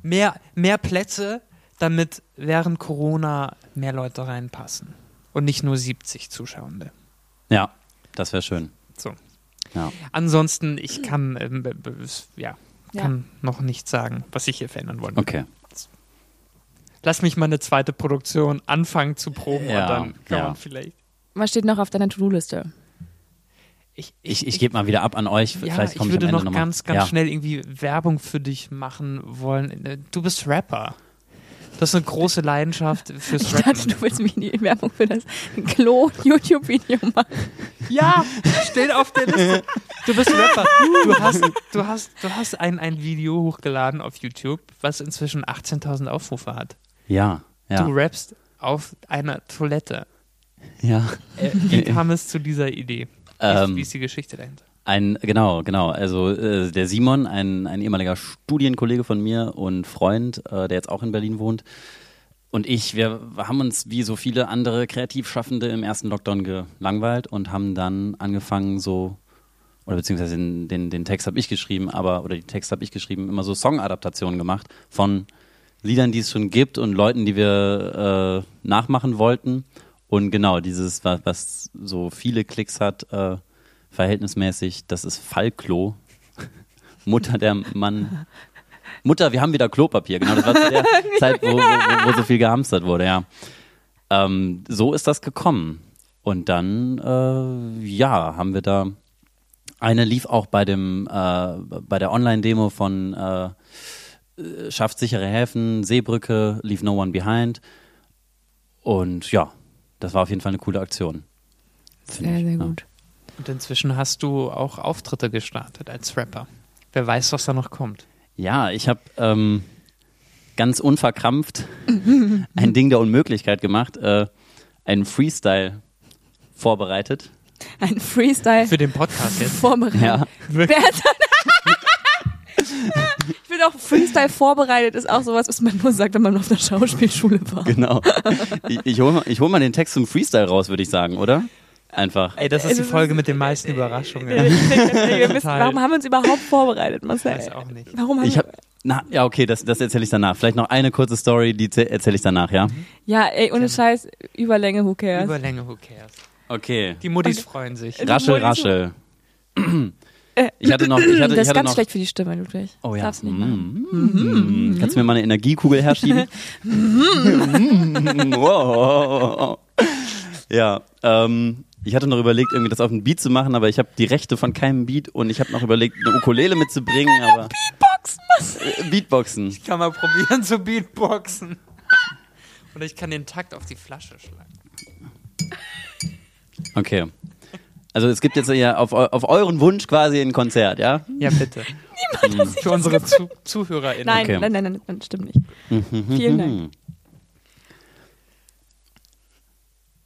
Speaker 2: Mehr, mehr Plätze, damit während Corona mehr Leute reinpassen. Und nicht nur 70 Zuschauende.
Speaker 3: Ja, das wäre schön.
Speaker 2: So.
Speaker 3: Ja.
Speaker 2: Ansonsten, ich kann, ähm, b- b- s- ja,
Speaker 1: Ja.
Speaker 2: kann noch nicht sagen, was ich hier verändern wollte.
Speaker 3: Okay.
Speaker 2: Lass mich mal eine zweite Produktion anfangen zu proben
Speaker 3: Ja,
Speaker 2: und dann kann
Speaker 3: ja.
Speaker 2: man vielleicht.
Speaker 1: Was steht noch auf deiner To-Do-Liste?
Speaker 2: Ich,
Speaker 3: Ich, ich gebe mal wieder ab an euch.
Speaker 2: ja,
Speaker 3: Vielleicht
Speaker 2: ich
Speaker 3: komme ich,
Speaker 2: würde
Speaker 3: am Ende
Speaker 2: noch
Speaker 3: nochmal.
Speaker 2: ganz, ganz
Speaker 3: ja.
Speaker 2: schnell irgendwie Werbung für dich machen wollen. Äh, Du bist Rapper. Das ist eine große Leidenschaft fürs
Speaker 1: Ich dachte,
Speaker 2: Rappen.
Speaker 1: du willst mir die Werbung für das Klo-YouTube-Video machen.
Speaker 2: Ja, steht auf der Liste. Du bist Rapper. Du hast, du hast, du hast ein, ein Video hochgeladen auf YouTube, was inzwischen 18.000 Aufrufe hat.
Speaker 3: Ja,
Speaker 2: Du
Speaker 3: ja,
Speaker 2: rappst auf einer Toilette.
Speaker 3: ja.
Speaker 2: Wie kam es zu dieser Idee? Wie,
Speaker 3: Ähm.
Speaker 2: wie ist die Geschichte dahinter?
Speaker 3: Ein, genau, genau. Also äh, der Simon, ein, ein ehemaliger Studienkollege von mir und Freund, äh, der jetzt auch in Berlin wohnt. Und ich, wir haben uns wie so viele andere Kreativschaffende im ersten Lockdown gelangweilt und haben dann angefangen so, oder beziehungsweise den, den, den Text habe ich geschrieben, aber, oder den Text habe ich geschrieben, immer so Song-Adaptationen gemacht von Liedern, die es schon gibt und Leuten, die wir äh, nachmachen wollten. Und genau, dieses, was, was so viele Klicks hat, äh, verhältnismäßig, das ist Fallklo. <laughs> Mutter der Mann. Mutter, wir haben wieder Klopapier. Genau, das war zu der Zeit, wo, wo, wo so viel gehamstert wurde, ja. Ähm, so ist das gekommen. Und dann, äh, ja, haben wir da. Eine lief auch bei dem äh, bei der Online-Demo von äh, äh, Schafft sichere Häfen, Seebrücke, Leave No One Behind. Und ja, das war auf jeden Fall eine coole Aktion. Find
Speaker 1: Sehr,
Speaker 3: ich,
Speaker 1: sehr
Speaker 3: ja.
Speaker 1: gut.
Speaker 2: Und inzwischen hast du auch Auftritte gestartet als Rapper. Wer weiß, was da noch kommt.
Speaker 3: Ja, ich habe ähm, ganz <laughs> unverkrampft ein Ding der Unmöglichkeit gemacht, äh, einen Freestyle vorbereitet.
Speaker 1: Ein Freestyle
Speaker 2: Für den Podcast jetzt.
Speaker 1: vorbereitet.
Speaker 3: Ja.
Speaker 1: Wer hat Ich bin auch Freestyle vorbereitet, ist auch sowas, was man nur sagt, wenn man auf der Schauspielschule war. <laughs>
Speaker 3: <laughs> Genau. Ich, ich hole mal, ich hol mal den Text zum Freestyle raus, würde ich sagen, oder? Einfach.
Speaker 2: Ey, das Äh, ist äh, die
Speaker 1: Das ist-
Speaker 2: Folge mit den meisten Überraschungen. Ich
Speaker 1: Wir
Speaker 3: <laughs>
Speaker 1: wissen, warum haben wir uns überhaupt vorbereitet,
Speaker 2: weiß
Speaker 1: Marcel?
Speaker 2: auch nicht.
Speaker 1: Warum haben
Speaker 3: Ich
Speaker 1: wir,
Speaker 3: hab, na, ja, okay, das, das erzähle ich danach. Vielleicht noch eine kurze Story, die erzähle ich danach, ja?
Speaker 1: ja, ey, ohne Scheiß, Überlänge, who cares?
Speaker 2: Überlänge, who cares?
Speaker 3: Okay.
Speaker 2: Die Muttis freuen sich.
Speaker 1: Äh,
Speaker 3: Raschel, raschel. Ich hatte noch, ich hatte,
Speaker 1: das
Speaker 3: ich
Speaker 1: ist
Speaker 3: hatte
Speaker 1: ganz
Speaker 3: noch,
Speaker 1: schlecht für die Stimme, Ludwig.
Speaker 3: Oh ja.
Speaker 1: Darfst nicht machen.
Speaker 3: Mm. Kannst
Speaker 1: Mhm.
Speaker 3: du mir mal eine
Speaker 1: <laughs>
Speaker 3: Energiekugel herschieben? Mm. wow. Ja, ähm, ich hatte noch überlegt, irgendwie das auf einen Beat zu machen, aber ich habe die Rechte von keinem Beat und ich habe noch überlegt, eine Ukulele mitzubringen, aber
Speaker 1: Beatbox, Marcel.
Speaker 3: äh,
Speaker 2: <laughs>
Speaker 3: Beatboxen.
Speaker 2: Ich kann mal probieren zu Beatboxen. <laughs> Oder ich kann den Takt auf die Flasche schlagen.
Speaker 3: Okay. Also es gibt jetzt ja auf, eu- auf euren Wunsch quasi ein Konzert, ja?
Speaker 2: Ja, bitte. Hm. Für unsere Zu ZuhörerInnen.
Speaker 1: Nein,
Speaker 3: Okay. Mhm.
Speaker 1: nein, nein, nein, nein, stimmt nicht. Vielen Dank.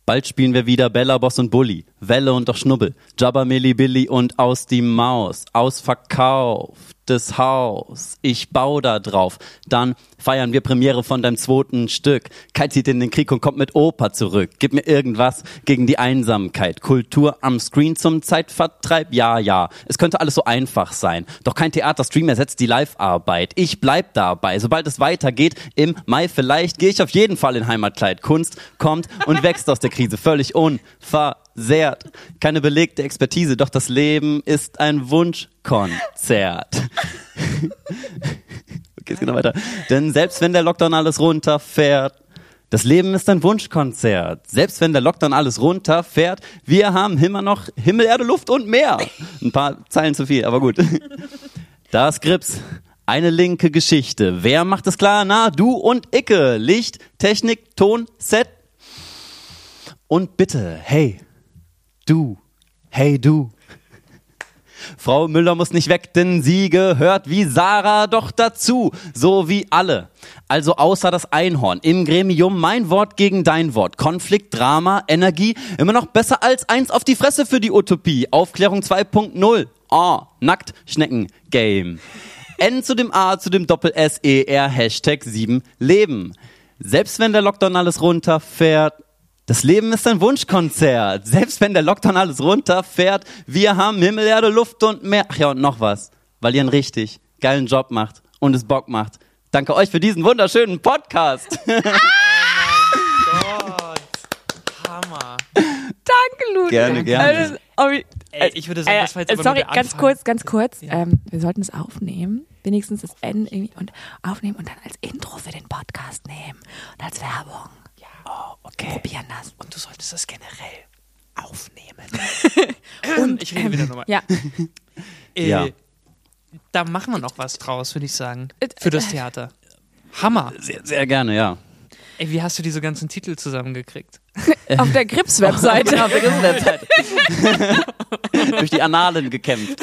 Speaker 3: Bald spielen wir wieder Bella, Boss und Bully, Welle und doch Schnubbel, Jabba, Milli, Billy und aus die Maus, ausverkauftes Haus, ich bau da drauf. Dann feiern wir Premiere von deinem zweiten Stück. Kai zieht in den Krieg und kommt mit Opa zurück. Gib mir irgendwas gegen die Einsamkeit. Kultur am Screen zum Zeitvertreib, ja, ja. Es könnte alles so einfach sein. Doch kein Theaterstream ersetzt die Live-Arbeit. Ich bleib dabei. Sobald es weitergeht, im Mai vielleicht, gehe ich auf jeden Fall in Heimatkleid. Kunst kommt und wächst aus der Krise. Völlig unversehrt. Keine belegte Expertise, doch das Leben ist ein Wunschkonzert. <laughs> Okay, es geht noch weiter. Denn selbst wenn der Lockdown alles runterfährt, das Leben ist ein Wunschkonzert. Selbst wenn der Lockdown alles runterfährt, wir haben immer noch Himmel, Erde, Luft und Meer. Ein paar Zeilen zu viel, aber gut. <laughs> Da ist Grips. Eine linke Geschichte. Wer macht es klar? Na, du und Icke. Licht, Technik, Ton, Set. Und bitte, hey, du, hey, du. Frau Müller muss nicht weg, denn sie gehört wie Sarah doch dazu, so wie alle. Also außer das Einhorn im Gremium mein Wort gegen dein Wort. Konflikt, Drama, Energie, immer noch besser als eins auf die Fresse für die Utopie. Aufklärung 2.0. Ah, nackt Schnecken Game. N zu dem A zu dem Doppel S E R Hashtag 7 Leben. Selbst wenn der Lockdown alles runterfährt, das Leben ist ein Wunschkonzert. Selbst wenn der Lockdown alles runterfährt, wir haben Himmel, Erde, Luft und mehr. Ach ja, und noch was. Weil ihr einen richtig geilen Job macht und es Bock macht. Danke euch für diesen wunderschönen Podcast. <laughs>
Speaker 2: Gott. Hammer.
Speaker 1: Danke, Ludwig.
Speaker 3: Gerne, gerne.
Speaker 1: Also, Äh,
Speaker 2: Ey, ich würde sagen, das war jetzt aber nur
Speaker 1: sorry,
Speaker 2: der
Speaker 1: ganz
Speaker 2: Anfang.
Speaker 1: kurz, ganz kurz. Ähm, wir sollten es aufnehmen. Wenigstens das N irgendwie und aufnehmen und dann als Intro für den Podcast nehmen und als Werbung. Ja. Oh, okay. Probieren das.
Speaker 2: Und du solltest das generell
Speaker 1: <laughs>
Speaker 2: aufnehmen. Und ich rede wieder nochmal.
Speaker 1: Ja.
Speaker 2: Äh,
Speaker 3: Ja.
Speaker 2: Da machen wir noch was draus, würde ich sagen. Für das Theater. Hammer.
Speaker 3: Sehr, sehr gerne, ja.
Speaker 2: Ey, wie hast du diese ganzen Titel zusammengekriegt?
Speaker 1: Auf
Speaker 2: <laughs>
Speaker 1: der Grips-Webseite.
Speaker 3: Auf der Grips-Website. <laughs> Durch die Analen gekämpft.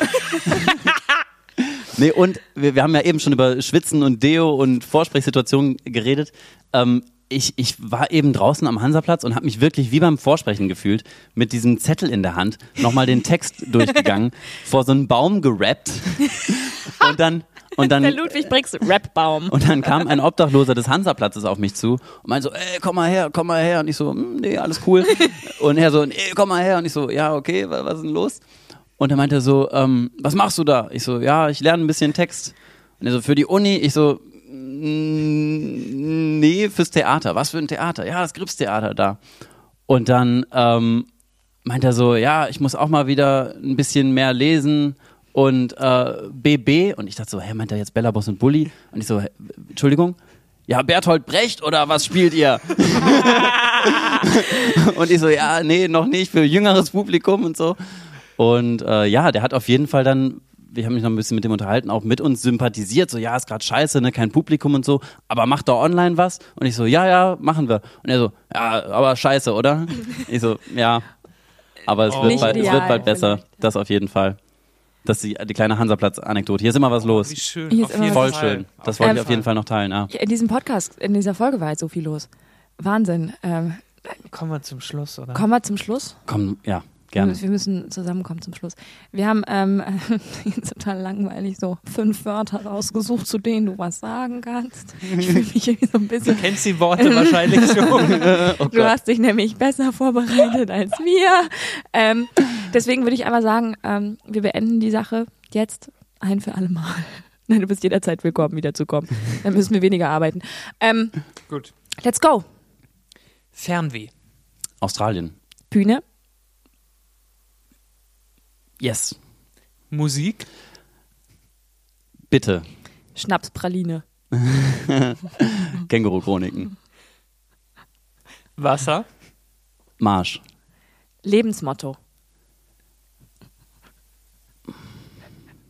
Speaker 3: nee, und wir, wir haben ja eben schon über Schwitzen und Deo und Vorsprechsituationen geredet. Ähm, ich, ich war eben draußen am Hansaplatz und habe mich wirklich wie beim Vorsprechen gefühlt, mit diesem Zettel in der Hand, nochmal den Text durchgegangen, vor so einen Baum gerappt und dann, und dann
Speaker 4: Der Ludwig Bricks
Speaker 3: <laughs>
Speaker 4: Rapbaum.
Speaker 3: und dann kam ein Obdachloser des Hansaplatzes auf mich zu und meinte so, ey, komm mal her, komm mal her. Und ich so, "Hm, nee, alles cool. Und er so, nee, komm mal her. Und ich so, ja, okay, wa- was ist denn los? Und er meinte so, ähm, was machst du da? Ich so, ja, ich lerne ein bisschen Text. Und er so, für die Uni? Ich so, "Mm, nee, fürs Theater. Was für ein Theater? Ja, das Gripstheater da. Und dann ähm, meint er so, ja, ich muss auch mal wieder ein bisschen mehr lesen und äh, BB. Und ich dachte so, hä, meint er jetzt Bella Boss und Bully? Und ich so, hä, Entschuldigung? Ja, Berthold Brecht oder was spielt ihr? und ich so, ja, nee, noch nicht, für jüngeres Publikum und so. Und äh, ja, der hat auf jeden Fall dann, ich habe mich noch ein bisschen mit dem unterhalten, auch mit uns sympathisiert, so ja, ist gerade scheiße, ne, kein Publikum und so, aber macht doch online was. Und ich so, ja, ja, machen wir. Und er so, ja, aber
Speaker 1: <laughs>
Speaker 3: scheiße, oder? Ich so, ja, aber es, wird,
Speaker 1: Nicht
Speaker 3: bald, es
Speaker 1: ideal,
Speaker 3: wird bald besser,
Speaker 1: vielleicht.
Speaker 3: das auf jeden Fall. Das ist die, die kleine Hansaplatz-Anekdote. Hier ist immer was los.
Speaker 2: Oh, Wie schön.
Speaker 1: Hier ist
Speaker 2: Auf
Speaker 1: immer
Speaker 2: jeden
Speaker 1: was-
Speaker 3: Voll
Speaker 2: Fall.
Speaker 3: schön. Das wollte ich
Speaker 1: jeden
Speaker 3: auf jeden Fall noch teilen. Ja.
Speaker 1: In diesem Podcast, in dieser Folge war jetzt so viel los. Wahnsinn. Ähm,
Speaker 2: Kommen wir zum Schluss, oder?
Speaker 1: kommen wir zum Schluss.
Speaker 3: Komm, ja, gerne.
Speaker 1: Wir müssen zusammenkommen zum Schluss. Wir haben ähm, <laughs> total langweilig so fünf Wörter rausgesucht, zu denen du was sagen kannst. Ich fühle mich irgendwie so
Speaker 2: <laughs>
Speaker 1: ein bisschen.
Speaker 2: Kennst die Worte wahrscheinlich <laughs> schon.
Speaker 1: Du hast dich nämlich besser vorbereitet als wir. Ähm, deswegen würde ich einmal sagen, ähm, wir beenden die Sache jetzt ein für alle Mal. <laughs> Nein, du bist jederzeit willkommen, wiederzukommen. Dann müssen wir weniger arbeiten. Ähm,
Speaker 2: Gut.
Speaker 1: let's go.
Speaker 2: Fernweh.
Speaker 3: Australien.
Speaker 1: Bühne,
Speaker 3: Yes.
Speaker 2: Musik.
Speaker 3: Bitte.
Speaker 1: Schnapspraline,
Speaker 3: Känguru-Chroniken.
Speaker 2: <laughs> Wasser.
Speaker 3: Marsch.
Speaker 1: Lebensmotto.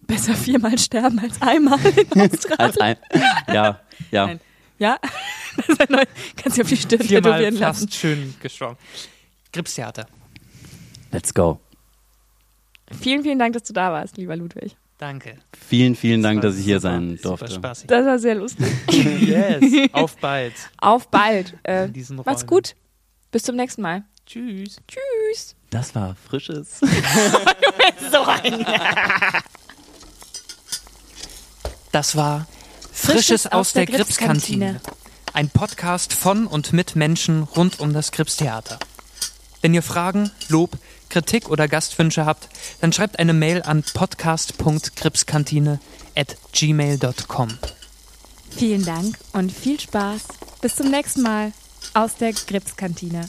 Speaker 1: Besser viermal sterben als einmal
Speaker 2: <laughs>
Speaker 1: in Australien.
Speaker 2: Also
Speaker 3: Als ein. Ja, ja.
Speaker 1: Nein. Ja, das ist ein neu. Kannst du auf die Stirn
Speaker 2: Viermal
Speaker 1: tätowieren lassen.
Speaker 2: fast schön gestorben. Gripstheater.
Speaker 3: Let's go.
Speaker 1: Vielen, vielen Dank, dass du da warst, lieber Ludwig.
Speaker 2: Danke.
Speaker 3: Vielen, vielen Dank,
Speaker 2: Das war
Speaker 3: dass ich hier
Speaker 2: super,
Speaker 3: sein durfte.
Speaker 2: Super spaßig.
Speaker 1: Das war sehr lustig.
Speaker 2: Yes. Auf bald.
Speaker 1: Auf bald. Äh,
Speaker 2: diesen
Speaker 1: macht's
Speaker 2: Räumen.
Speaker 1: gut. Bis zum nächsten Mal.
Speaker 2: Tschüss.
Speaker 1: Tschüss.
Speaker 3: Das war frisches.
Speaker 4: So ein
Speaker 2: Das war Frisches aus der Gripskantine. Ein Podcast von und mit Menschen rund um das Gripstheater. Wenn ihr Fragen, Lob, Kritik oder Gastwünsche habt, dann schreibt eine Mail an podcast.gripskantine at gmail.com.
Speaker 1: Vielen Dank und viel Spaß. Bis zum nächsten Mal aus der Gripskantine.